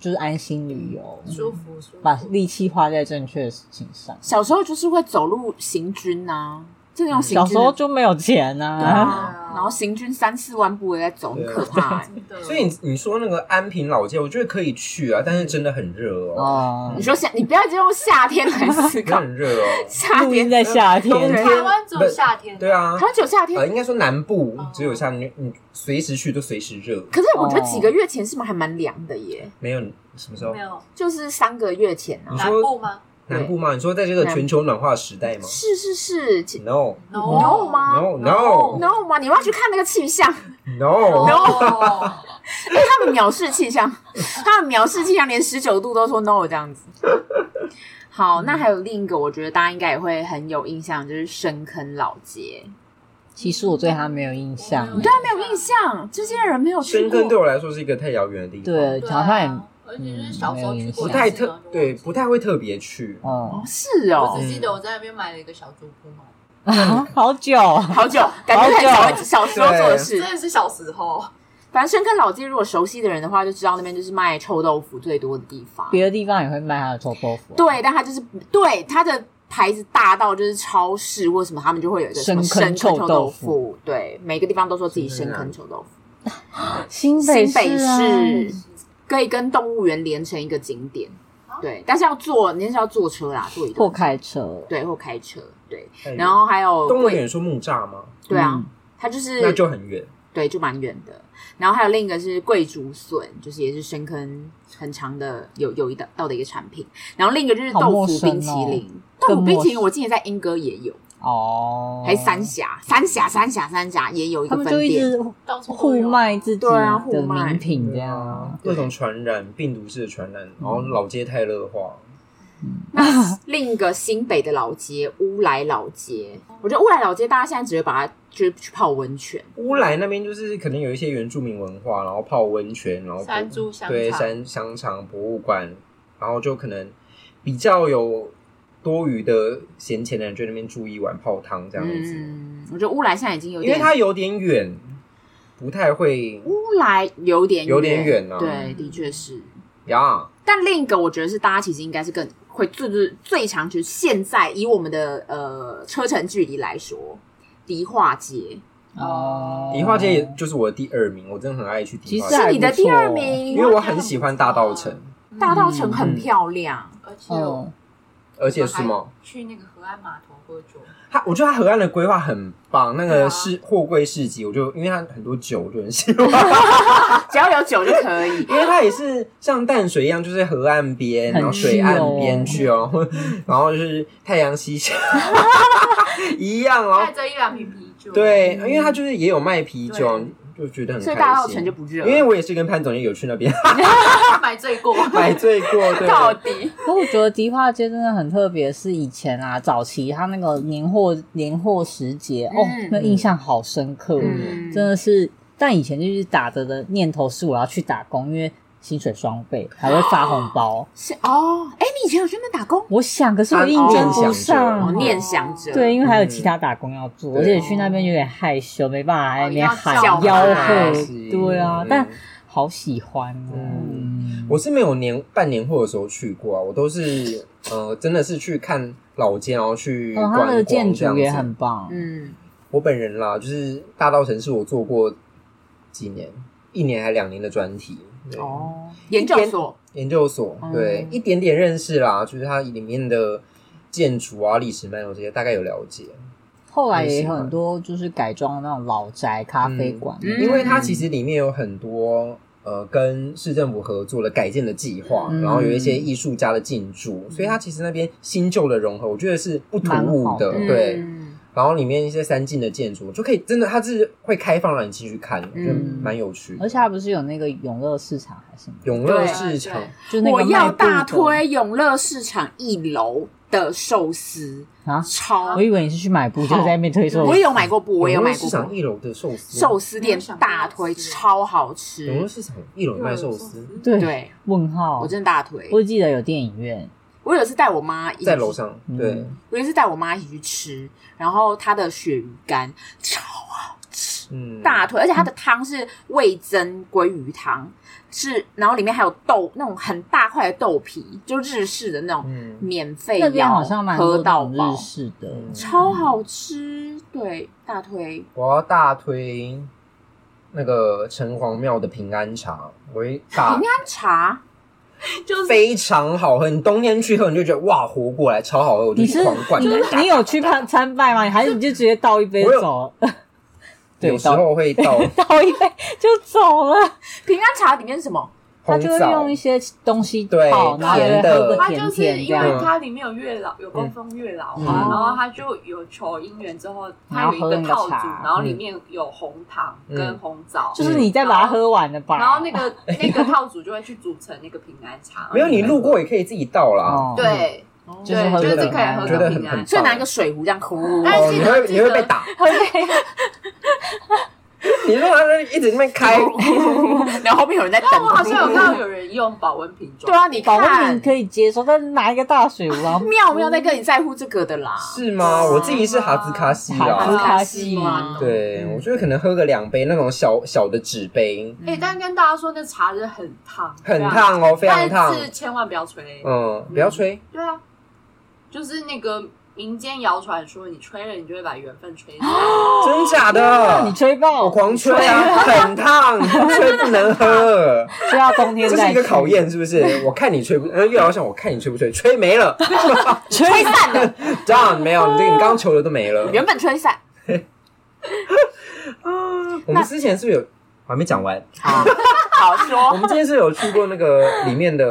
就是安心旅游，舒服舒把服。力气花在正确的事情上。小时候就是会走路行军呐、这种行嗯小军时候就没有钱对啊，啊，然后行军三四万步也在走，很对啊可怕、欸。真的所以你你说那个安平老街，我觉得可以去啊，但是真的很热啊哦，哦你，说夏，你不要一直用夏天 [LAUGHS] 来思真的考，很热哦。夏录音天在夏冬天天台湾只有夏天，对啊台，湾只有夏天哎呃，，应该说南部只有夏天，你随时去都随时热，可是我觉得哦几个月前是不是还蛮凉的耶？没有什么时候没有就是三个月前啊嗯你，南部吗南部吗？你说在这个全球暖化时代吗是是是其？No ，no 吗 No No ？no 吗？你们要去看那个气象， No，哦 No，啊因为他们藐视气象， [LAUGHS] 他们藐视气象，连十九度都说 no 这样子。好，那还有另一个，我觉得大家应该也会很有印象，就是深坑老街。其实我对他没有印象我，没对有啊，没有印象，这些人没有去深过坑。对我来说是一个太遥远的地方，对，对好像也嗯啊，而且是小啊时候去过不一次，太然特后就忘记对，不太会特别去。哦哦，是我哦只，记得我在那边买了一个小猪铺嘛，啊 [LAUGHS] 好久，好久，感觉很好小久小时候做的事真。的是小时候。反正深坑老街，如果熟悉的人的话，就知道那边就是卖臭豆腐最多的地方。别的地方也会卖他的臭豆腐啊，对，但它就是对它的牌子大到就是超市或什么，他们就会有一个什么深深坑坑臭臭豆豆腐腐。对，每个地方都说自己深深坑坑臭豆腐。新北新北啊市可以跟动物园连成一个景点，对，但是要坐，你是要坐车啦，坐一或段，开车，对，或开车，对，太远然后还有动物贵，园说木栅吗？对啊嗯，它就是那就很远。对，就蛮远的。然后还有另一个是贵竹笋，就是也是深坑很长的有有一道道的一个产品。然后另一个就是好豆陌腐生冰淇哦淋，豆更腐冰陌淇淋生我之前在英歌也有，哦，还三峡、三峡、三峡、三峡也有一他个们就分一店。直到处都互有卖自己对啊互的卖名品这对样啊啊，，各种传染，病毒式的传染，然后老街泰勒化，那另一个新北的老街乌来老街，我觉得乌来老街大家现在只会把它就是去泡温泉，乌来那边就是可能有一些原住民文化，然后泡温泉，然后山猪香对肠山香肠博物馆，然后就可能比较有多余的闲钱的人就在那边住一晚泡汤这样子，嗯，我觉得乌来现在已经有因为点，它有点远，不太会乌来有点有点远啊对，的确是。呀。但另一个我觉得是大家其实应该是更会最最最常去。现在以我们的呃车程距离来说，迪化街哦，迪化街嗯也就是我的第二名，我真的很爱去迪化其实街，还是你的第二哦因名，为我嗯很喜欢大道城，大道城很漂亮。嗯而且我嗯，而且什么？去那个河岸码头喝酒，它，我觉得它河岸的规划很棒，那对个啊市货柜市集，我就因为它很多酒，我就很喜欢。。只要有酒就可以因为它也是像淡水一样，就是河岸边，很然后水岸边去哦，然后就是太阳西下一样哦带。着一两瓶啤酒，对，因为它就是也有卖啤酒对，就觉嗯得很开心。所以大道城就不热因为我也是跟潘总监有去那边买醉过， [LAUGHS] 买醉过，对，到底可我觉得迪化街真的很特别，是以前啊，早期它那个年货年货时节、哦嗯，那印象好深刻，嗯真的是。但以前就是打着的念头是我要去打工，因为薪水双倍，还会发红包。是哦？哎，你以前有去那边打工？我想，可是啊我应征不上，啊我哦念想着，哦对，因为还有其他打工要做，嗯而且去那边有点害羞，没办法在那边喊哦要吆叫喝卖，对啊，但好喜欢哦。嗯我是没有年办年货的时候去过啊，我都是呃，真的是去看老街，然后去哦逛，一它逛的建这样筑子也很棒。嗯，我本人啦，就是大道城是我做过几年，一年还两年的专题。对，哦，研究所，研究所哦嗯对、一点点认识啦，就是它里面的建筑啊、历史脉络这些大概有了解。后来也有很多就是改装的那种老宅咖啡馆，嗯因为它其实里面有很多呃跟市政府合作的改建的计划，嗯然后有一些艺术家的进驻，所以它其实那边新旧的融合，我觉得是不突蛮兀好的嗯对。然后里面一些三进的建筑，就可以真的它是会开放让你进去看，我觉得蛮有趣的而且它不是有那个永乐市场还是什么，永乐对市场对就是那个我要卖布大的推永乐市场一楼的寿司，啊！超我以为你是去买布，就在那边推售。我也有买过布，我也有永乐买市过场布。一楼的寿司，寿司店大推，超好永乐吃。市场一楼卖寿司，对对，问号，我真的大推。我记得有电影院，我有一次带我妈一起在楼，上嗯对。我有一次带我妈一起去吃，然后她的鳕鱼干超嗯，大推，而且它的汤是味增鲑鱼汤，是然后里面还有豆那种很大块的豆皮，就日式的那种嗯，免费那边摇好像蛮多喝这到种饱日，式的，嗯超好吃，对，大推。我要大推那个城隍庙的平安茶，我会大平安茶就是非常好喝。你冬天去喝，你就觉得哇，活过来，超好喝，我就你是狂灌。就是你有去参参拜吗？还是你就直接倒一杯我有走？有对，时倒候会倒倒一杯就走了。平安茶里面是什么？他红就会枣用，一些东西对泡，然后甜也会喝的个它甜就是甜这因样为。它里面有月老，有供奉月老嗯嘛，嗯然后它就有求姻缘之后，它有一个然后套喝那个组，茶然后里面有红糖跟嗯红枣，就是你再把它喝完了吧？然后那个 [LAUGHS] 那个套组就会去组成那个平安茶。没有你路过也可以自己倒啦。哦，对，就对是喝对，个就是平可以安喝觉得个很平很安棒。所以拿一个水壶这样哭，哎哦，记你得会记你会得被打，喝杯你如果在一直那边开，然后后面有人在等。我哦好像有看到有人用保温瓶装对，啊，你保温看瓶可以接受，但是拿一个大水壶，然后妙妙在跟你在乎这个的啦。是吗？我自己是哈兹卡西好啦。不开是心吗对，我觉得可能喝个两杯那种小小的纸杯，哎、但跟大家说，那茶是很烫，啊很，烫哦，非常烫但。是千万不要吹。嗯，不要吹，对啊，就是那个民间谣传说，你吹了，你就会把缘分吹走。啊真假的？你吹爆， [LAUGHS] 我狂吹啊，很烫，吹不能喝，吹到冬天 [LAUGHS] 这再是一个去考，验，是不是？ [LAUGHS] 我看你吹不，呃，月老想我看你吹不吹，吹没了吹散了。 ，done，没有，你这个你刚刚求的都没了。哦原本吹散，我们之前是不是有？我还没讲完，好， [LAUGHS] 好我说。们之前是不是有去过那个里面的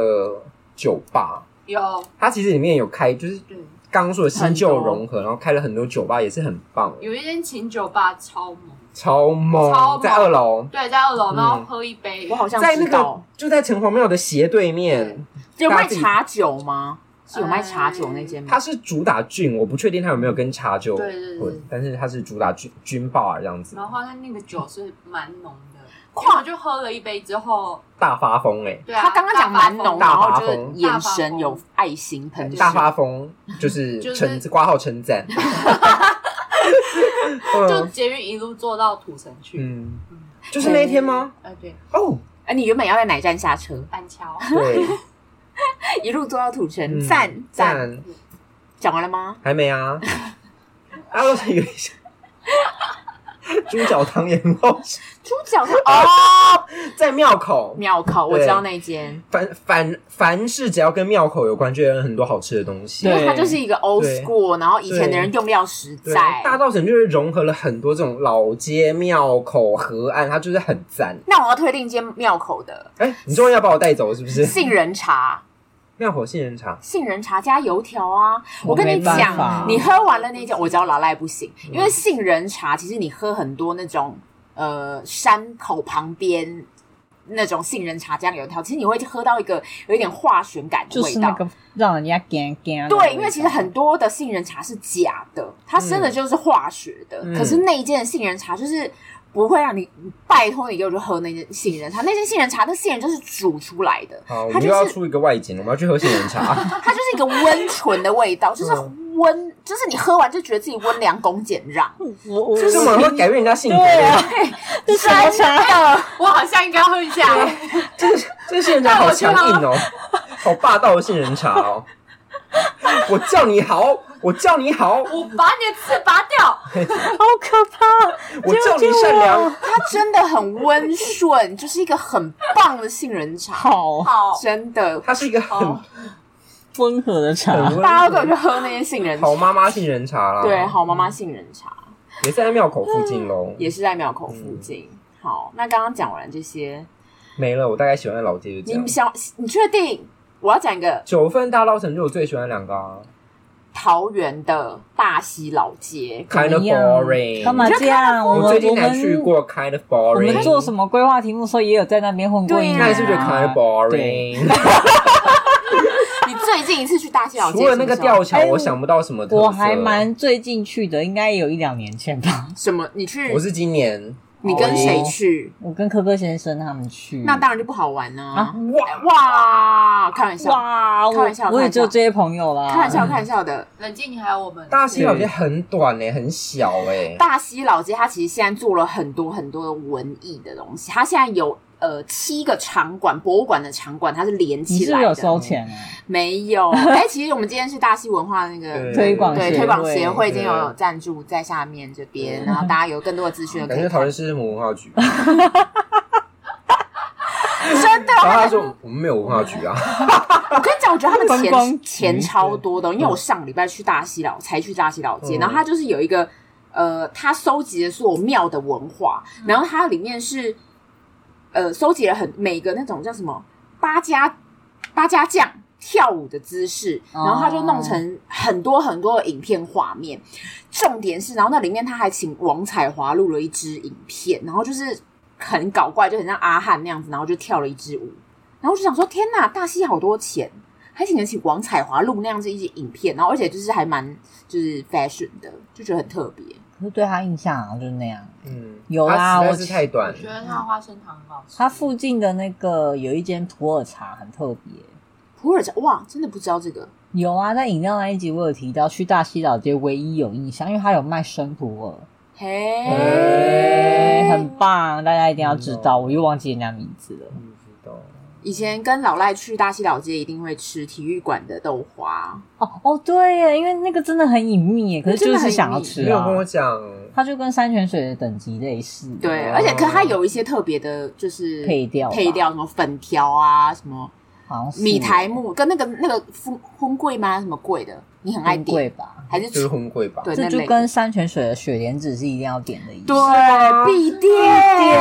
酒吧，有，它其实里面有开，就是对，刚刚说的新旧融合，然后开了很多酒吧，也是很棒，有一间琴酒吧超猛，超猛，超猛在二楼，对，在二楼，嗯然后喝一杯，我好像在那知个道，就在城隍庙的斜对面。有卖茶酒吗？是有卖茶酒那间吗它？是主打菌，我不确定它有没有跟茶酒对对对哦混，但是它是主打菌菌 bar 这样子，然后它那个酒是蛮浓的，因为我就喝了一杯之后，大发疯哎、对啊，他刚刚讲蛮浓，然大发后疯就是眼神有爱心喷射，大发疯就是就是称挂号称赞，就嗯捷运一路坐到土城去。嗯，就是那一天吗？呃，对，哦，哎，你原本要在哪站下车，板桥， [LAUGHS] 对，一路坐到土城，嗯赞赞。赞，讲完了吗？还没啊，啊，我有一些猪脚汤也很好吃，猪脚汤哦，在庙口。妙口，我知道那间，凡凡凡是只要跟庙口有关，就有很多好吃的东西。因对为它就是一个 old 对 school，然后以前的人用料实对，在。大道城就是融合了很多这种老街、庙口、河岸，它就是很赞。那我要推另一间庙口的哎、你终于要把我带走了是不是？杏仁茶， [LAUGHS] 庙口杏仁茶，杏仁茶加油条啊！我我跟没你办讲法，嗯你喝完了那件，我知道老赖不行，因为杏仁茶其实你喝很多那种呃山口旁边。那种杏仁茶加油条，其实你会喝到一个有一点化学感的就味是道那，个让人家啊干干。对，因为其实很多的杏仁茶是假的，它真嗯的就是化学的。嗯可是那一件杏仁茶就是不会让你，拜托你给我去喝那件杏仁茶。那件杏仁茶，那杏仁就是煮出来的，好，我它们就又要是 [LAUGHS] 出一个外景了，我们要去喝杏仁茶。嗯它就是一个温醇的味道，就是温，就是你喝完就觉得自己温良恭俭让，我我这么会改变人家性格，对 [LAUGHS] 啊，这什么真茶？的。我好像应该喝一下，这个这个杏仁茶好强硬哦，好霸道的杏仁茶哦。我叫你好，我叫你好，我把你的刺拔掉。好可怕！我叫你善良。它真的很温顺， [LAUGHS] 就是一个很棒的杏仁茶，好好，真的。它是一个很好温和的茶很，温大家都有去喝那些杏仁茶好，妈妈杏仁茶啦，对，，好妈妈杏仁茶也是在庙口附近嗯喽，也是在庙口附近。嗯好，那刚刚讲完了这些，没了。我大概喜欢的老街就这样你。想你确定？我要讲一个九份大稻城就我最喜欢两个啊，桃园的大溪老街， kind 怎 of 么样 boring。干嘛这样？我我最们近我才们去过 kind of 我 boring。们做什么规划题目的时候，也有在那边混过对音、呀啊。那你是不是觉得 kind of 对 boring？你最近一次去大溪老街除了那个什么时候吊桥，哎我想不到什么特色。我还蛮最近去的，应该也有一两年前吧。 [LAUGHS] 什么？你去我是今年你跟谁去？我跟科科先生他们去，那当然就不好玩呢、嗯啊哇，哇，开玩笑，哇，开玩笑我我也只有这些朋友啦。开玩笑，开玩笑的。冷静，你还有我们大溪老街很短诶、很小欸诶、大溪老街它其实现在做了很多很多的文艺的东西，它现在有呃七个场馆，博物馆的场馆它是连你起是不来是有的。收钱啊？没有，哎、其实我们今天是大溪文化那个对推广对协推广会协会已经有对赞助在下面这边，对然后大家有更多的资讯可感以觉讨看。论是文化 [LAUGHS] 局，真的，然后他说我们没有文 [LAUGHS] 化局啊，我跟你讲，我觉得他们观光钱局钱超多的，因为我上礼拜去大溪老才去大溪老街，嗯然后它就是有一个呃，它收集了所有庙的文化，然后它里面是呃，收集了很每个那种叫什么八家八家将。跳舞的姿势，然哦后他就弄成很多很多的影片画面。重点是，然后那里面他还请王彩华录了一支影片，然后就是很搞怪，就很像阿汉那样子，然后就跳了一支舞。然后我就想说，天呐，大溪好多钱，还请得起王彩华录那样子一些影片，然后而且就是还蛮就是 fashion 的，就觉得很特别。可是对他印象好像就是那样。嗯，有啦它实我在是太短我，觉得它花生糖很好吃。他附近的那个有一间普洱茶很特别。普洱茶哇，真的不知道这个有啊，在饮料那一集我有提到，去大溪老街唯一有印象，因为它有卖生普洱，嘿，哎、嘿很棒，大家一定要知道。嗯哦我又忘记人家名字了，嗯不知道，以前跟老赖去大溪老街一定会吃体育馆的豆花，哦哦，对耶，因为那个真的很隐秘耶，可是真就的很是想隐要秘没吃有啊跟。我讲，它就跟山泉水的等级类似，对，哦而且可它有一些特别的，就是配调吧配料什么粉条啊，什么好像是米苔木跟那个那个荤荤桂吗？什么桂的，你很爱很贵点吧？还是就是红贵吧，对这那就类跟啊山泉水的雪莲子是一定要点的一样。对必点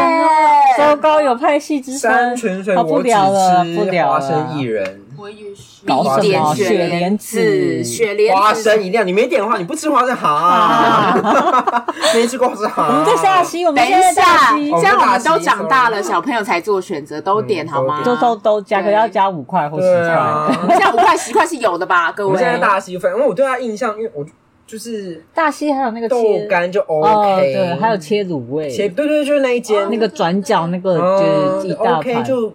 糟糕，有派系之山分，泉水好我不只聊了，不吃聊花了。生薏仁，我也是。搞什么必点雪莲子雪莲子花生一定要，你没点的话，你不吃花生哈， [LAUGHS] 没吃过花生哈。啊我们在下期，我们等一现在在下，下现期哦在我们都长大了，小朋友才做选择，都点好吗？嗯都都都加，对可是要加五块或十对块。啊，现在五块十块是有的 [LAUGHS] 吧，各我位们现在？大溪粉，因为我对他印象，因为我就是大溪还有那个豆切干就哦， OK，对，还有切卤切，味，对对，对就是那一间哦那个转角那个就是一嗯大嗯，OK 盘。就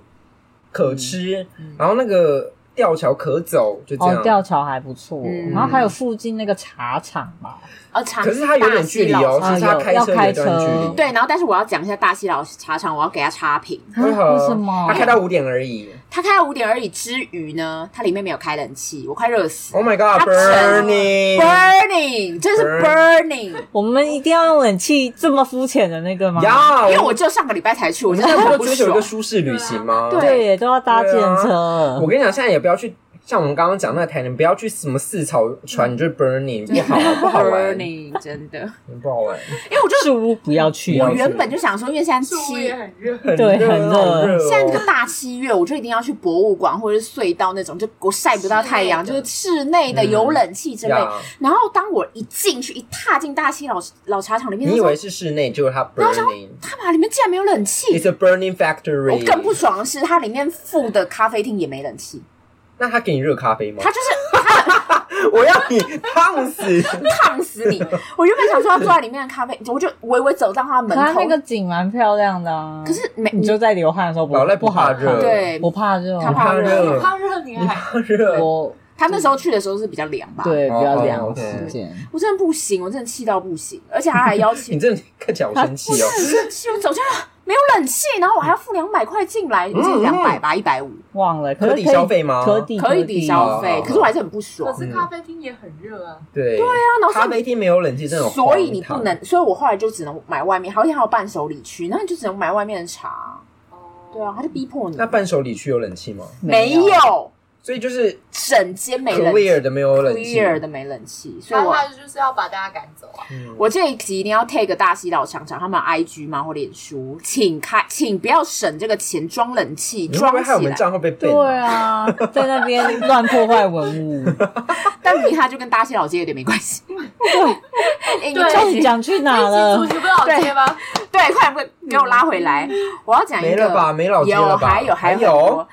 可吃，然后那个吊桥可走，就这哦，吊样。桥还不错，嗯然后还有附近那个茶厂吧，呃，长可是它有点距离哦，大溪其实老啊它开车有一段距要开车离，对，然后但是我要讲一下大溪老茶厂，我要给他差评。嗯为何？为什么它开到五点而已他开到五点而已之余呢，它里面没有开冷气，我快热死了。 ？Oh my 它整 God，burning！ burning，真是 burning，我们一定要用冷气这么肤浅的那个吗？呀，因为我就上个礼拜才去，我你真现的在不很是不追求一爽个。舒适旅行吗？对啊对耶，都要搭建车啊我。跟你讲，现在也不要去像我们刚刚讲那个台南，不要去什么四草船，你就是 burning 不 [LAUGHS] 好不好玩， burning，真的，不好玩。因为我就树屋不要去，我原本就想说，因为现在树七也很 [LAUGHS] 热，很对热很热好热现在这哦个大七月，我就一定要去博物馆或者是隧道那种，就我晒不到太阳，室就内的是室内的嗯有冷气之类。呀然后当我一进去，一踏进大溪老老茶厂里面，你以为是室内，结果它 burning。他妈里面竟然没有冷气 It's？a burning factory。我更不爽的是，它里面附的咖啡厅也没冷气，那他给你热咖啡吗它？就是我要你烫死！烫死你！我原本想说要坐在里面的咖啡，我就微微走到他的可门它口，那个景蛮漂亮的啊。可是没你就在流汗的时候不老赖不不好怕看热对我怕热，他怕热热怕热你还热我他那时候去的时候是比较凉吧？，对，比较哦凉，OK 时间。我真的不行，我真的气到不行，而且他还邀请 [LAUGHS] 你真的看起来好生气哦。生气，我走下来没有冷气，然后我还要付两百块进来，嗯是两百吧，一百五忘了，可是抵以消费吗可抵可以抵消哦哦费哦，可是我还是很不爽。可对嗯是咖啡厅也很热啊，对对啊，然后咖所以啡厅没有冷气，这种所以你不能，所以我后来就只能买外面，好像还有伴手礼区，那你就只能买外面的茶。哦，对啊，他就逼迫你那，伴手礼区有冷气吗？没有，所以就是整间没冷 clear 气的没有冷气。 ，clear 的没冷气，所以啊反正我他就是要把大家赶走啊，嗯我这一集一定要 take 大西老厂长他们 IG 吗或脸书，请开，请不要省这个钱装冷气，你会装不会害我起们来。账号被对 ban？啊啊， [LAUGHS] 在那边乱破坏文物，但离他就跟大西老街有点没关 [LAUGHS] 系。哎对，对到底讲去哪那了一集主？角不老街吗？对，快点嗯给我拉回来，我要讲一个，没了吧没老街了有吧还有还有还有很多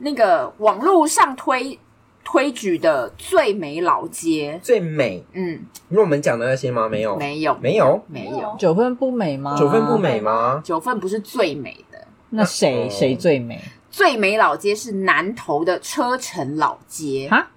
那个网络上推推举的最美老街，最美，嗯，因为我们讲的那些吗？没有，没有没有，没没有有，九份不美吗？九份不，美吗？九份不是最美的。那谁哦谁最美最美老街是南投的车城老街，啊？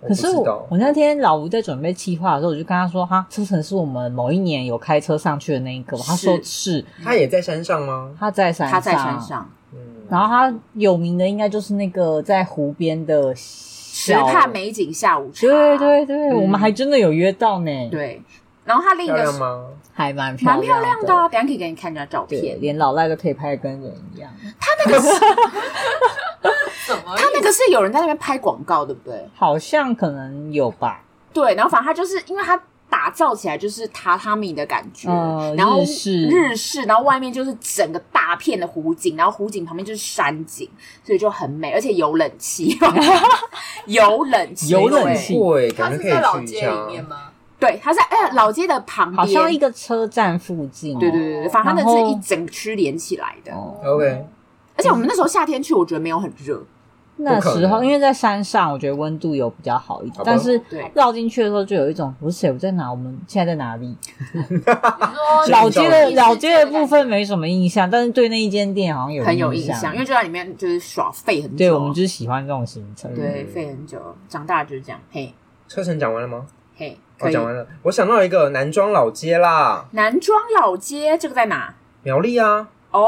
我可不是知我道我那天老吴在准备企划的时候，我就跟他说：“哈，车城是我们某一年有开车上去的那一个。”他说：“是。他也在山上”吗？他在山上，它在山。上，嗯，然后他有名的应该就是那个在湖边的石小畔美景下午茶，对对对，嗯我们还真的有约到呢，对。然后它另一漂个亮是吗？还蛮蛮漂漂亮的的。啊，等一下可以给你看一下照对，片。连老赖都可以拍得跟人一样，怎么它那个是有人在那边拍广告，对不对？好像可能有吧，对，然后反正它就是因为它打造起来就是榻榻米的感觉，嗯然后日式日式，然后外面就是整个大片的湖景，然后湖景旁边就是山景，所以就很美，而且有冷气， [LAUGHS] 有冷气，有冷气对，哎他感是觉可以在老去一街下里。面吗？对，对它在哎、老街的旁边，好像一个车站附近。对对对对，反正它那然后是一整区连起来的，哦嗯 OK，而且我们那时候夏天去，我觉得没有很热，那时不可候能因为在山上，我觉得温度有比较好一点好，吧但是对绕进去的时候就有一种不是谁我在哪，我们现在在哪里？你啊哦说是老街的你是老街的部分没什么印象，但是对那一间店好像有很有印印象，因为就在里面就是耍废很久，啊对我们就是喜欢这种行程。对嗯废很久，长大就是这样，嘿车程讲完了吗？嘿，我可以。讲完了。我想到一个南庄老街啦，南庄老街这个在哪？苗栗啊，哦，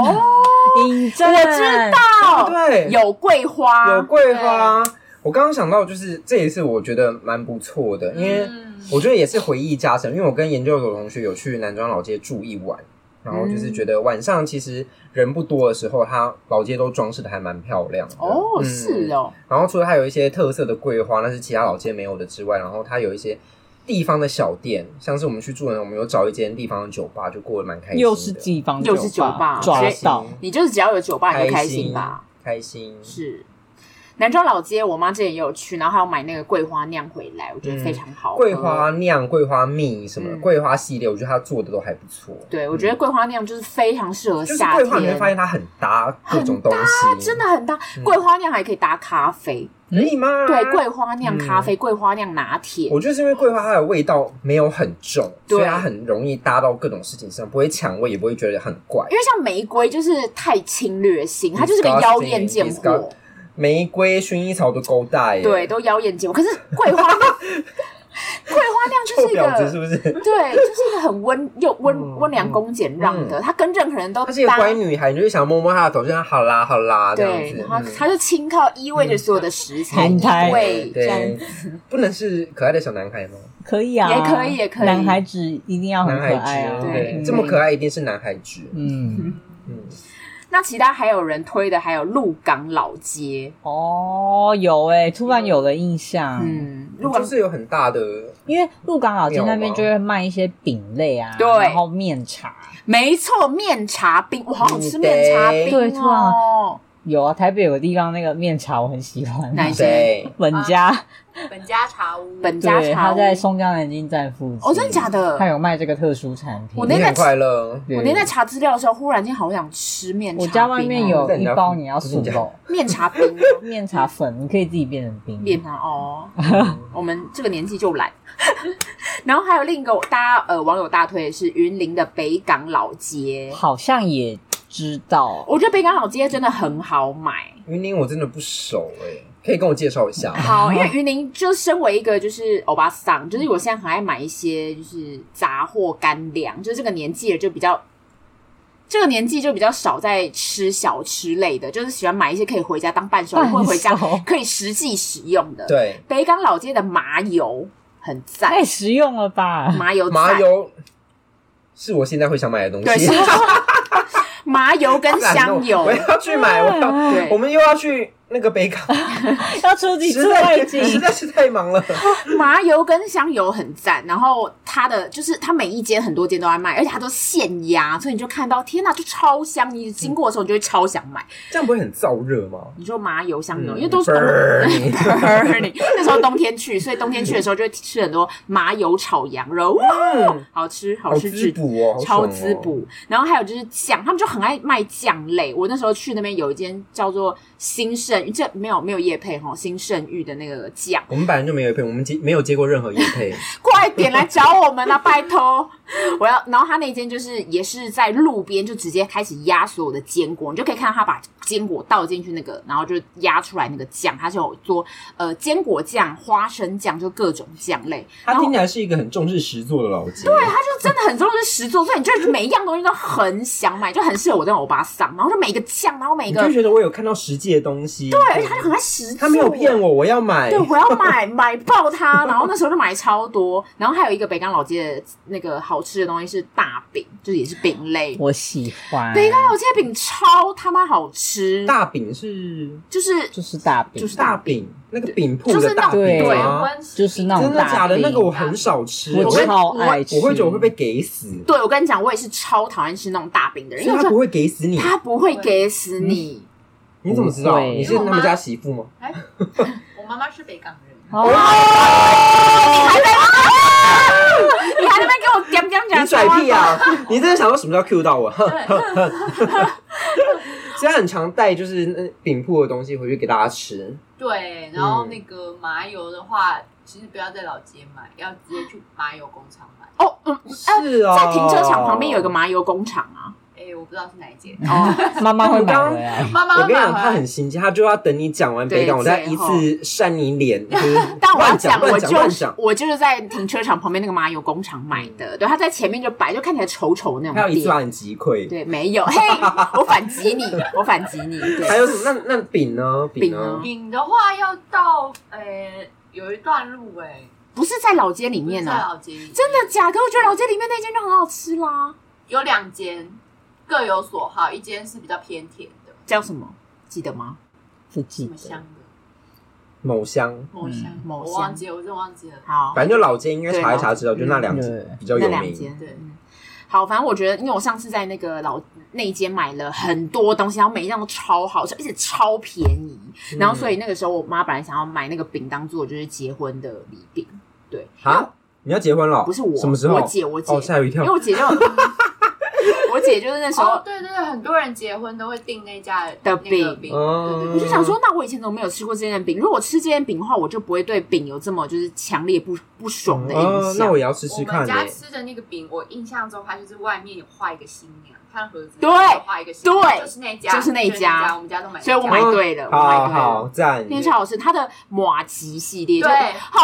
引我证知道，对哦有啊桂花，有桂花。我刚刚想到，就是这也是我觉得蛮不错的，因为嗯我觉得也是回忆加深，因为我跟研究所同学有去南庄老街住一晚，然后就是觉得晚上其实人不多的时候，它老街都装饰的还蛮漂亮的哦，嗯是哦，然后除了它有一些特色的桂花，那是其他老街没有的之外，然后它有一些地方的小店，像是我们去住的，我们有找一间地方的酒吧，就过得蛮开心的，又是地方，又是酒吧抓开心到你就是只要有酒吧你就开开心吧，开心。是。南庄老街，我妈之前也有去，然后还有买那个桂花酿回来，我觉得非常好喝。桂花酿、桂花蜜什么的、嗯桂花系列，我觉得它做的都还不错。对，我觉得桂花酿就是非常适合就是夏桂花，你会天，发现嗯它很搭各种东西，真的很搭。桂花酿还可以搭咖啡，可以吗？对，桂花酿咖啡、桂花酿拿铁，嗯我觉得是因为桂花它的味道没有很重，对所以它很容易搭到各种事情上，不会抢味，也不会觉得很怪。因为像玫瑰就是太侵略性，它就是个妖艳贱 Disgusting, 货 disgusting。玫瑰、薰衣草都勾大耶，对，，都妖艳贱货。可是桂花酿，桂花酿就臭是一婊子是个不 [LAUGHS] 是？对，就是一个很温又温嗯温良恭俭让的，她跟任何人都她是一个搭乖女孩，你就想摸摸她的头，就像好啦好啦这样对，子然。后嗯她就轻靠依偎着所有的食 [LAUGHS] 材嗯依她偎这样对，不能是可爱的小男孩吗？可以啊，也可以也可以男孩子一定要很男可孩爱啊，子，对，嗯这么可爱一定是男孩子。嗯，嗯，那其他还有人推的，还有鹿港老街，哦，有哎、突然有了印象，嗯，鹿港就是有很大的，因为鹿港老街那有边吗就会卖一些饼类啊，对然后面茶，没错，面茶冰，我好想吃面茶冰哦。对突然有啊，台北有个地方那个面茶我很喜欢，哪一家对，本家，本家茶屋，本家对，茶他屋，在松江南京站附近，哦，真的假的？他有卖这个特殊产品，我那你天很快乐。嗯对我那天在查资料的时候，忽然间好想吃面茶冰哦、我家外面有在一你家包附你要不是你速家冻面茶冰哦、面茶粉，你可以自己变成冰。面茶哦。我们这个年纪就懒。 [LAUGHS] 然后还有另一个大家呃网友大推的是云林的北港老街，好像也知道，我觉得北港老街真的很好买，云林我真的不熟哎、可以跟我介绍一下吗？好，因为云林就身为一个就是欧巴桑，就是我现在很爱买一些就是杂货干粮，就是这个年纪了就比较，这个年纪就比较少在吃小吃类的，就是喜欢买一些可以回家当伴手礼，伴手或者回家哦 [LAUGHS] 可以实际使用的。，对，北港老街的麻油很赞，太实用了吧？ [LAUGHS] 麻油麻赞，油是我现在会想买的东对，西 [LAUGHS] 是。麻油跟香油我。要去买，我要，对我们又要去那个北港，要出几实次在外 [LAUGHS] 实景？在是太忙了。 [LAUGHS] 麻油跟香油很赞，然后它的就是它每一间很多间都在卖，而且它都现压，所以你就看到天呐，就超香！你经过的时候，你就会超想买。这样不会很燥热吗？你说麻油香油，嗯因为都是冬 [LAUGHS] burning burning 那时候冬天去，所以冬天去的时候就会吃很多麻油炒羊肉，哇，嗯，好吃好好吃滋至补哦，好超爽哦滋。补。然后还有就是酱，他们就很爱卖酱类。我那时候去那边有一间叫做呃新盛，这没有没有叶配哈，新盛玉的那个酱。我们本来就没有配，我们接没有接过任何叶配，快点来找我们啊！拜托，我要。然后他那间就是也是在路边，就直接开始压所有的坚果，你就可以看到他把坚果倒进去那个，然后就压出来那个酱，他就有做呃坚果酱、花生酱，就各种酱类。然他后听起来是一个很重视实作的老街。他就真的很重视实做，所以你就每一样东西都很想买，就很适合我这种欧巴桑。然后就每个酱，然后每你个就觉得我有看到实际的东西。对，而且他就很爱实他没有做骗我，我要买对，。我要买买爆它，然后那时候就买超多，然后还有一个北港老街的那个好吃的东西是大饼，就是也是饼类。我喜欢，北港老街饼超他妈好吃，大饼是就是就是大饼，就是大饼，那个饼铺就是的那大饼对对，吗？温室就是那啊真种的假大的？饼，那个我很少吃，我我会超爱吃，我会觉得我会被给死，对我跟你讲，我也是超讨厌吃那种大饼的人，所以因为我他觉得不会给死你。他不会给死你。你怎么知道？不会你是他们家媳妇吗？哎， [LAUGHS] 我妈妈是北港人，哦，嗯啊 [LAUGHS] 你还在那边给我讲讲讲，你拽屁！啊！你真的想到什么叫 Q 到我？ [LAUGHS] 现在很常带就是那饼铺的东西回去给大家吃，对，嗯然后那个麻油的话，其实不要在老街买，要直接去麻油工厂买。哦，嗯，是啊，在停车场旁边有一个麻油工厂啊。哎，我不知道是哪一间，哦，妈妈会买回来。妈妈我跟会你买讲，回他来。很心机，他就要等你讲完北港，对我再一最后次扇你 [LAUGHS] 脸。就是但我要乱讲，讲，我乱讲，乱就是讲。嗯我就是在停车场旁边那个麻油工厂买的，对，他在前面就摆，就看起来丑丑的那还有种一次店把。你击溃。对，没有，嘿， [LAUGHS] 我反击 [LAUGHS] 你，我反击你。对还有什么？那那饼呢？饼呢饼？饼的话要到呃有一段路哎，不是在老街里面在啊，老街，真的假的？可我觉得老街里面那间就很好吃啦。有两间，各有所好，一间是比较偏甜的，叫什么？记得吗？不什记么香得，的，某香，某香嗯，嗯某香我忘记了，我真的忘记了。好，反正就老街，应该查一查知道，对就那两嗯间对比较那有两名。间对嗯好，反正我觉得，因为我上次在那个老那一间买了很多东西，然后每一样都超好吃，而且超便宜。然嗯后所以那个时候，我妈本来想要买那个饼当做就是结婚的礼品，对，啊，你要结婚了？不是我，什么时候？我姐，我姐，哦，吓我一跳因为。我姐 [LAUGHS] 就，我姐就是那时候哦，对对对，很多人结婚都会订那家的的那饼个饼，哦对我对就想说，那我以前怎么没有吃过这件饼？如果我吃这件饼的话，我就不会对饼有这么就是强烈不不爽的哦印，那象。我也要试试我们看家欸。吃的那个饼，我印象中它就是外面有画一个新娘，看盒子对有画一个新娘，对就是那家，就是那一一家我们家都买那家，所以我买对了，我买哦好对了好。赞。那天超好吃，它的马吉系列就对好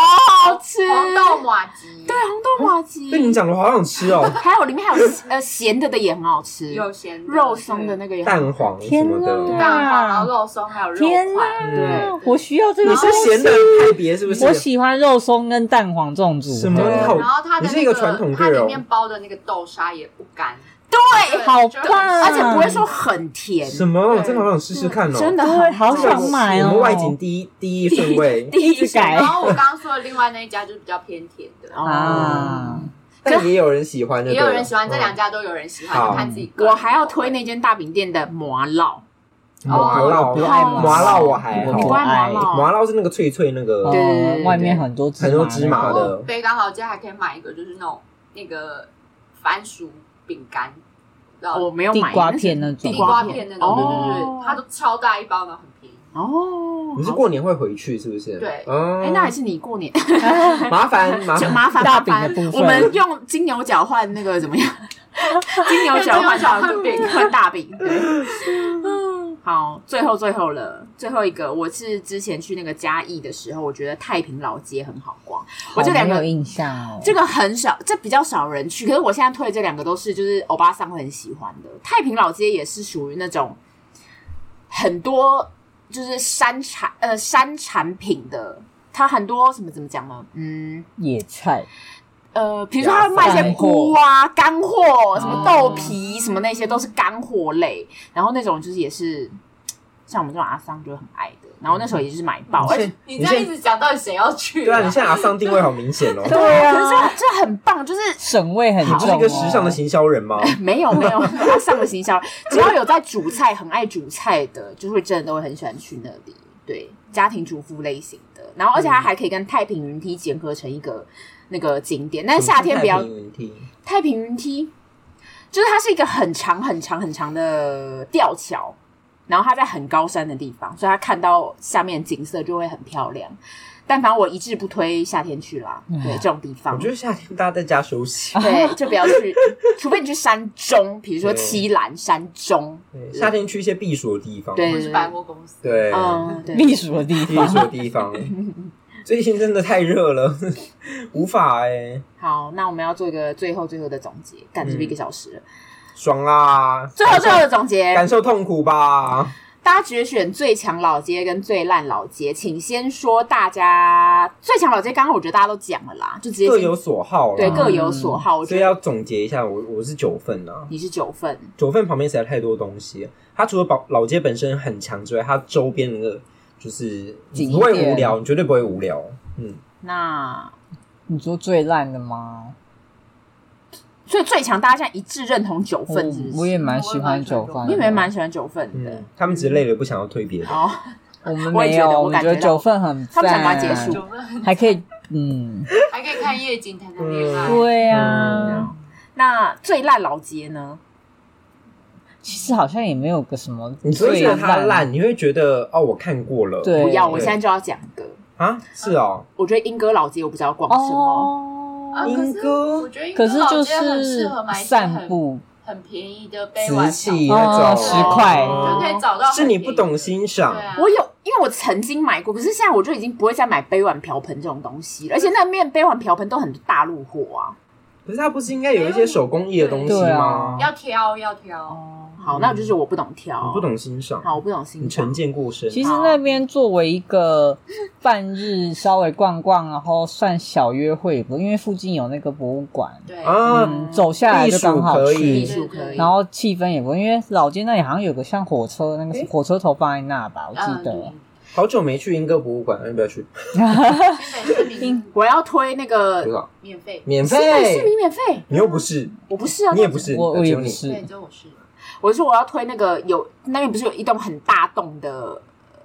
好吃，红豆马吉，对红豆马吉，哦被你讲的好想吃哦，还有里面还有呃咸的的也很好吃，有咸的肉松的，那个也很蛋黄什天么哪的。蛋黄，然后肉松还有肉天块，对哪，我需要这个你东西。是咸的派别是不是？我喜欢肉松跟蛋黄这种组合，什么对好然后它的你是那一个传统它队里哦面包的那个豆沙也不干，对，啊好就棒很而且不会说很甜，什么？我对真的好想试试看哦。嗯真的对，好好想买我哦。们外景第一第一顺位，第一一直首改然后我刚刚说的另外那一家就是比较偏甜的，哦啊，但也有人喜欢的，也有人喜欢，这两家。家都有人喜好欢，看自己个人我口味。还要推那间大饼店的麻辣，麻辣我不爱哦麻辣，我还啊我好不我爱麻爱。辣麻辣是那个脆脆那个哦对，对对外面很多很多芝麻然的后北港老街还可以买一个，就是那种那个番薯饼干，然后哦我没有地买瓜那是片那种地地瓜瓜片片那种，对对哦对，它都超大一包，然后很便宜。哦，你是好过年会回去是不是？对哦哎，那还是你过年麻烦麻就 [LAUGHS] 烦。麻烦麻啊大饼的烦部分，我们用金牛角换那 [LAUGHS] 个怎么样？金牛角换用金牛角换 [LAUGHS] 饼换大饼，对，嗯，好，最后最后了，最后一个，我是之前去那个嘉义的时候，我觉得太平老街很好逛，我这两好个没有印象哦。这个很少，这比较少人去。可是我现在推的这两个都是，就是欧巴桑会很喜欢的。太平老街也是属于那种很多就是山产呃山产品的，它很多什么怎么讲呢？嗯野菜，呃，比如说它会卖一些菇啊、干货、什么豆皮、什么那些都是干货类，然后那种就是也是像我们这种阿桑就很爱的。然后那时候也就是买嗯爆，而且你这样一在直讲，到底谁要去、对啊，你现在阿桑定位好明显哦，可对是啊，这这很棒，就是省味很好啊重、你哦，是一个时尚的行销人吗？没有没有，他上了行销，只要有在煮菜、很爱煮菜的，就会真的都会很喜欢去那里。对，家庭主妇类型的，然后而且它还可以跟太平云梯结合成一个那个景点。 [LAUGHS] 但是夏天不要太平云梯太平云梯，就是它是一个很长很长很长的吊桥，然后它在很高山的地方，所以它看到下面景色就会很漂亮。但反正我一致不推夏天去啦，对这种地方嗯我。觉得夏天大家在家休息， [LAUGHS] 对，就不要 [LAUGHS] 去，除非你去山中，比如说七兰山中，对夏天去一些避暑的地方，对我是百货公司，对，嗯，对，避暑的地避方 [LAUGHS] 暑。的 [LAUGHS] 地方。最近真的太热了， [LAUGHS] 无法哎，好，那我们要做一个最后最后的总结，干是不是一个小时了？爽啦！最后最后的总结，感受痛苦吧，大家决选最强老街跟最烂老街，请先说大家最强老街。刚刚我觉得大家都讲了啦，就直接各先有所好啦。对各有所好。我所觉以得要总结一下，我我是九份啦。你是九份，九份旁边实在太多东西了，它除了老老街本身很强之外，它周边的那个就是你景不会点无聊，你绝对不会无聊。嗯，那你说最烂的吗？所以最强大家现在一致认同九我份，是不是？哦我也蛮喜欢九份，你们也蛮喜欢九份的嗯，他们只是累了不想要推别的。哦。我们我也没觉有，得我我感觉觉得到九份很他赞，们想把它结啊束九份还可以，嗯，还可以看夜景谈谈恋爱。对嗯啊，那最烂老街呢？其实好像也没有个什么你不会最觉得它烂，烂，你会觉得哦，我看过了。对不要，对我现在就要讲一个。啊，是哦，我觉得莺歌老街我不知道逛什么，哦。啊，可莺是歌我觉得莺可歌是老就街很适是合买一些散很步，很便宜的杯碗瓷小器碗那哦种十块就可以找到很便宜的。是你不懂欣赏对。啊，我有，因为我曾经买过，可是现在我就已经不会再买杯碗瓢盆这种东西了。而且那面杯碗瓢盆都很大陆货啊。可是它不是应该有一些手工艺的东西对啊？吗要挑要挑，哦，嗯好，那我就是我不懂挑，你不，懂欣赏，好，我不懂欣你成赏。见过深。其实那边作为一个半日稍微逛逛，然后算小约会吧，因为附近有那个博物馆，对，啊，嗯，走下来就刚好避暑可以去艺，术可以，嗯然后气氛也不，因为老街那里好像有个像火车那个火车头放在那吧，我嗯记对得。好久没去莺歌博物馆，要不要去？嗯新北市民我要推那不知个道，免费，免新北市啊费，民免费，你又不是，我不是啊，你也不，是，我我只也有不你。是对，，这我是我是说我要推那个有那边不是有一栋很大栋的，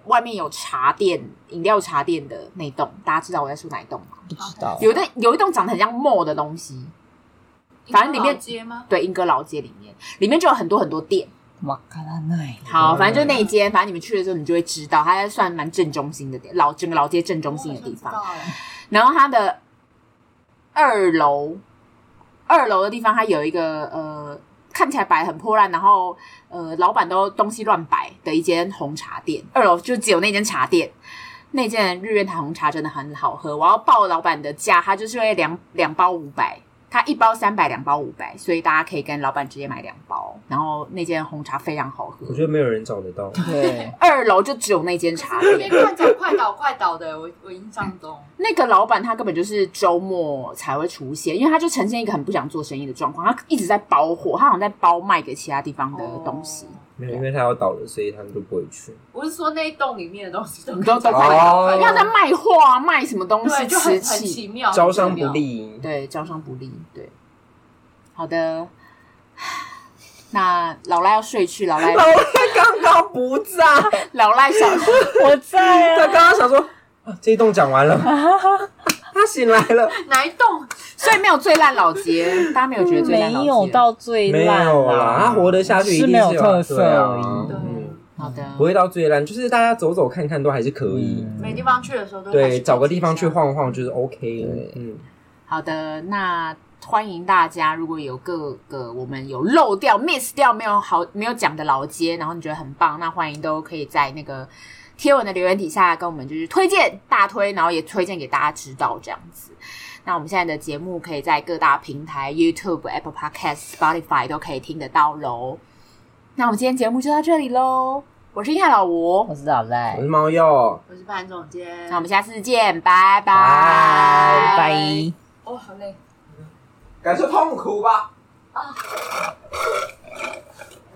外面有茶店、饮料茶店的那栋，大家知道我在说哪一栋吗？不知道。哦有的有一栋长得很像 mall 的东西，反正里面莺歌老街吗？对，莺歌老街里面，里面就有很多很多店。哇卡拉奈，好，反正就那一间，反正你们去的时候，你就会知道，它算蛮正中心的点，老整个老街正中心的地我方。好像知道了啊然后它的二楼，二楼的地方它有一个呃，看起来摆得很破烂，然后呃，老板都东西乱摆的一间红茶店。二楼就只有那间茶店，那间日月潭红茶真的很好喝。我要报老板的价，他就是会两两包五百。他一包三百，两包五百，所以大家可以跟老板直接买两包。然后那间红茶非常好喝，我觉得没有人找得到， [LAUGHS] 对，二楼就只有那间茶那店边。看起来快倒快倒的，我我印象中，那个老板他根本就是周末才会出现，因为他就呈现一个很不想做生意的状况，他一直在包货，他好像在包卖给其他地嗯方的东西。哦没有，因为他要倒了，所以他们就不会去。我是说那一栋里面的东西嗯都你都都快快倒哦因为他在卖货啊，卖什么东西，对，就很瓷很器，奇妙，招商很不奇妙。利，对，招商不利，对。好的，那老赖要睡去， [LAUGHS] 老赖老魏刚刚不在，老赖小我在他刚刚想说，啊这一栋讲完了， [LAUGHS] 他醒来了，哪一栋？ [LAUGHS] 所以没有最烂老杰，大家没有觉得最烂老没杰？有到最没烂啊有啦，他活得下去一定是没有有特色对啊而已对，嗯好的，不会到最烂，就是大家走走看看都还是可以。嗯没地方去的时候都对，找个地方去晃。晃晃就是 OK 的。嗯，好的，那欢迎大家，如果有各个我们有漏掉、miss 掉没有好没有讲的老街，然后你觉得很棒，那欢迎都可以在那个贴文的留言底下跟我们就是推荐大推，然后也推荐给大家知道这样子。那我们现在的节目可以在各大平台 YouTube、Apple Podcast、Spotify 都可以听得到喽。那我们今天节目就到这里喽，我是英汉老吴，我是老赖我是，猫鼬，我是潘总监那我。们下次见，拜拜，拜拜拜。哦，好累感受痛苦吧。啊！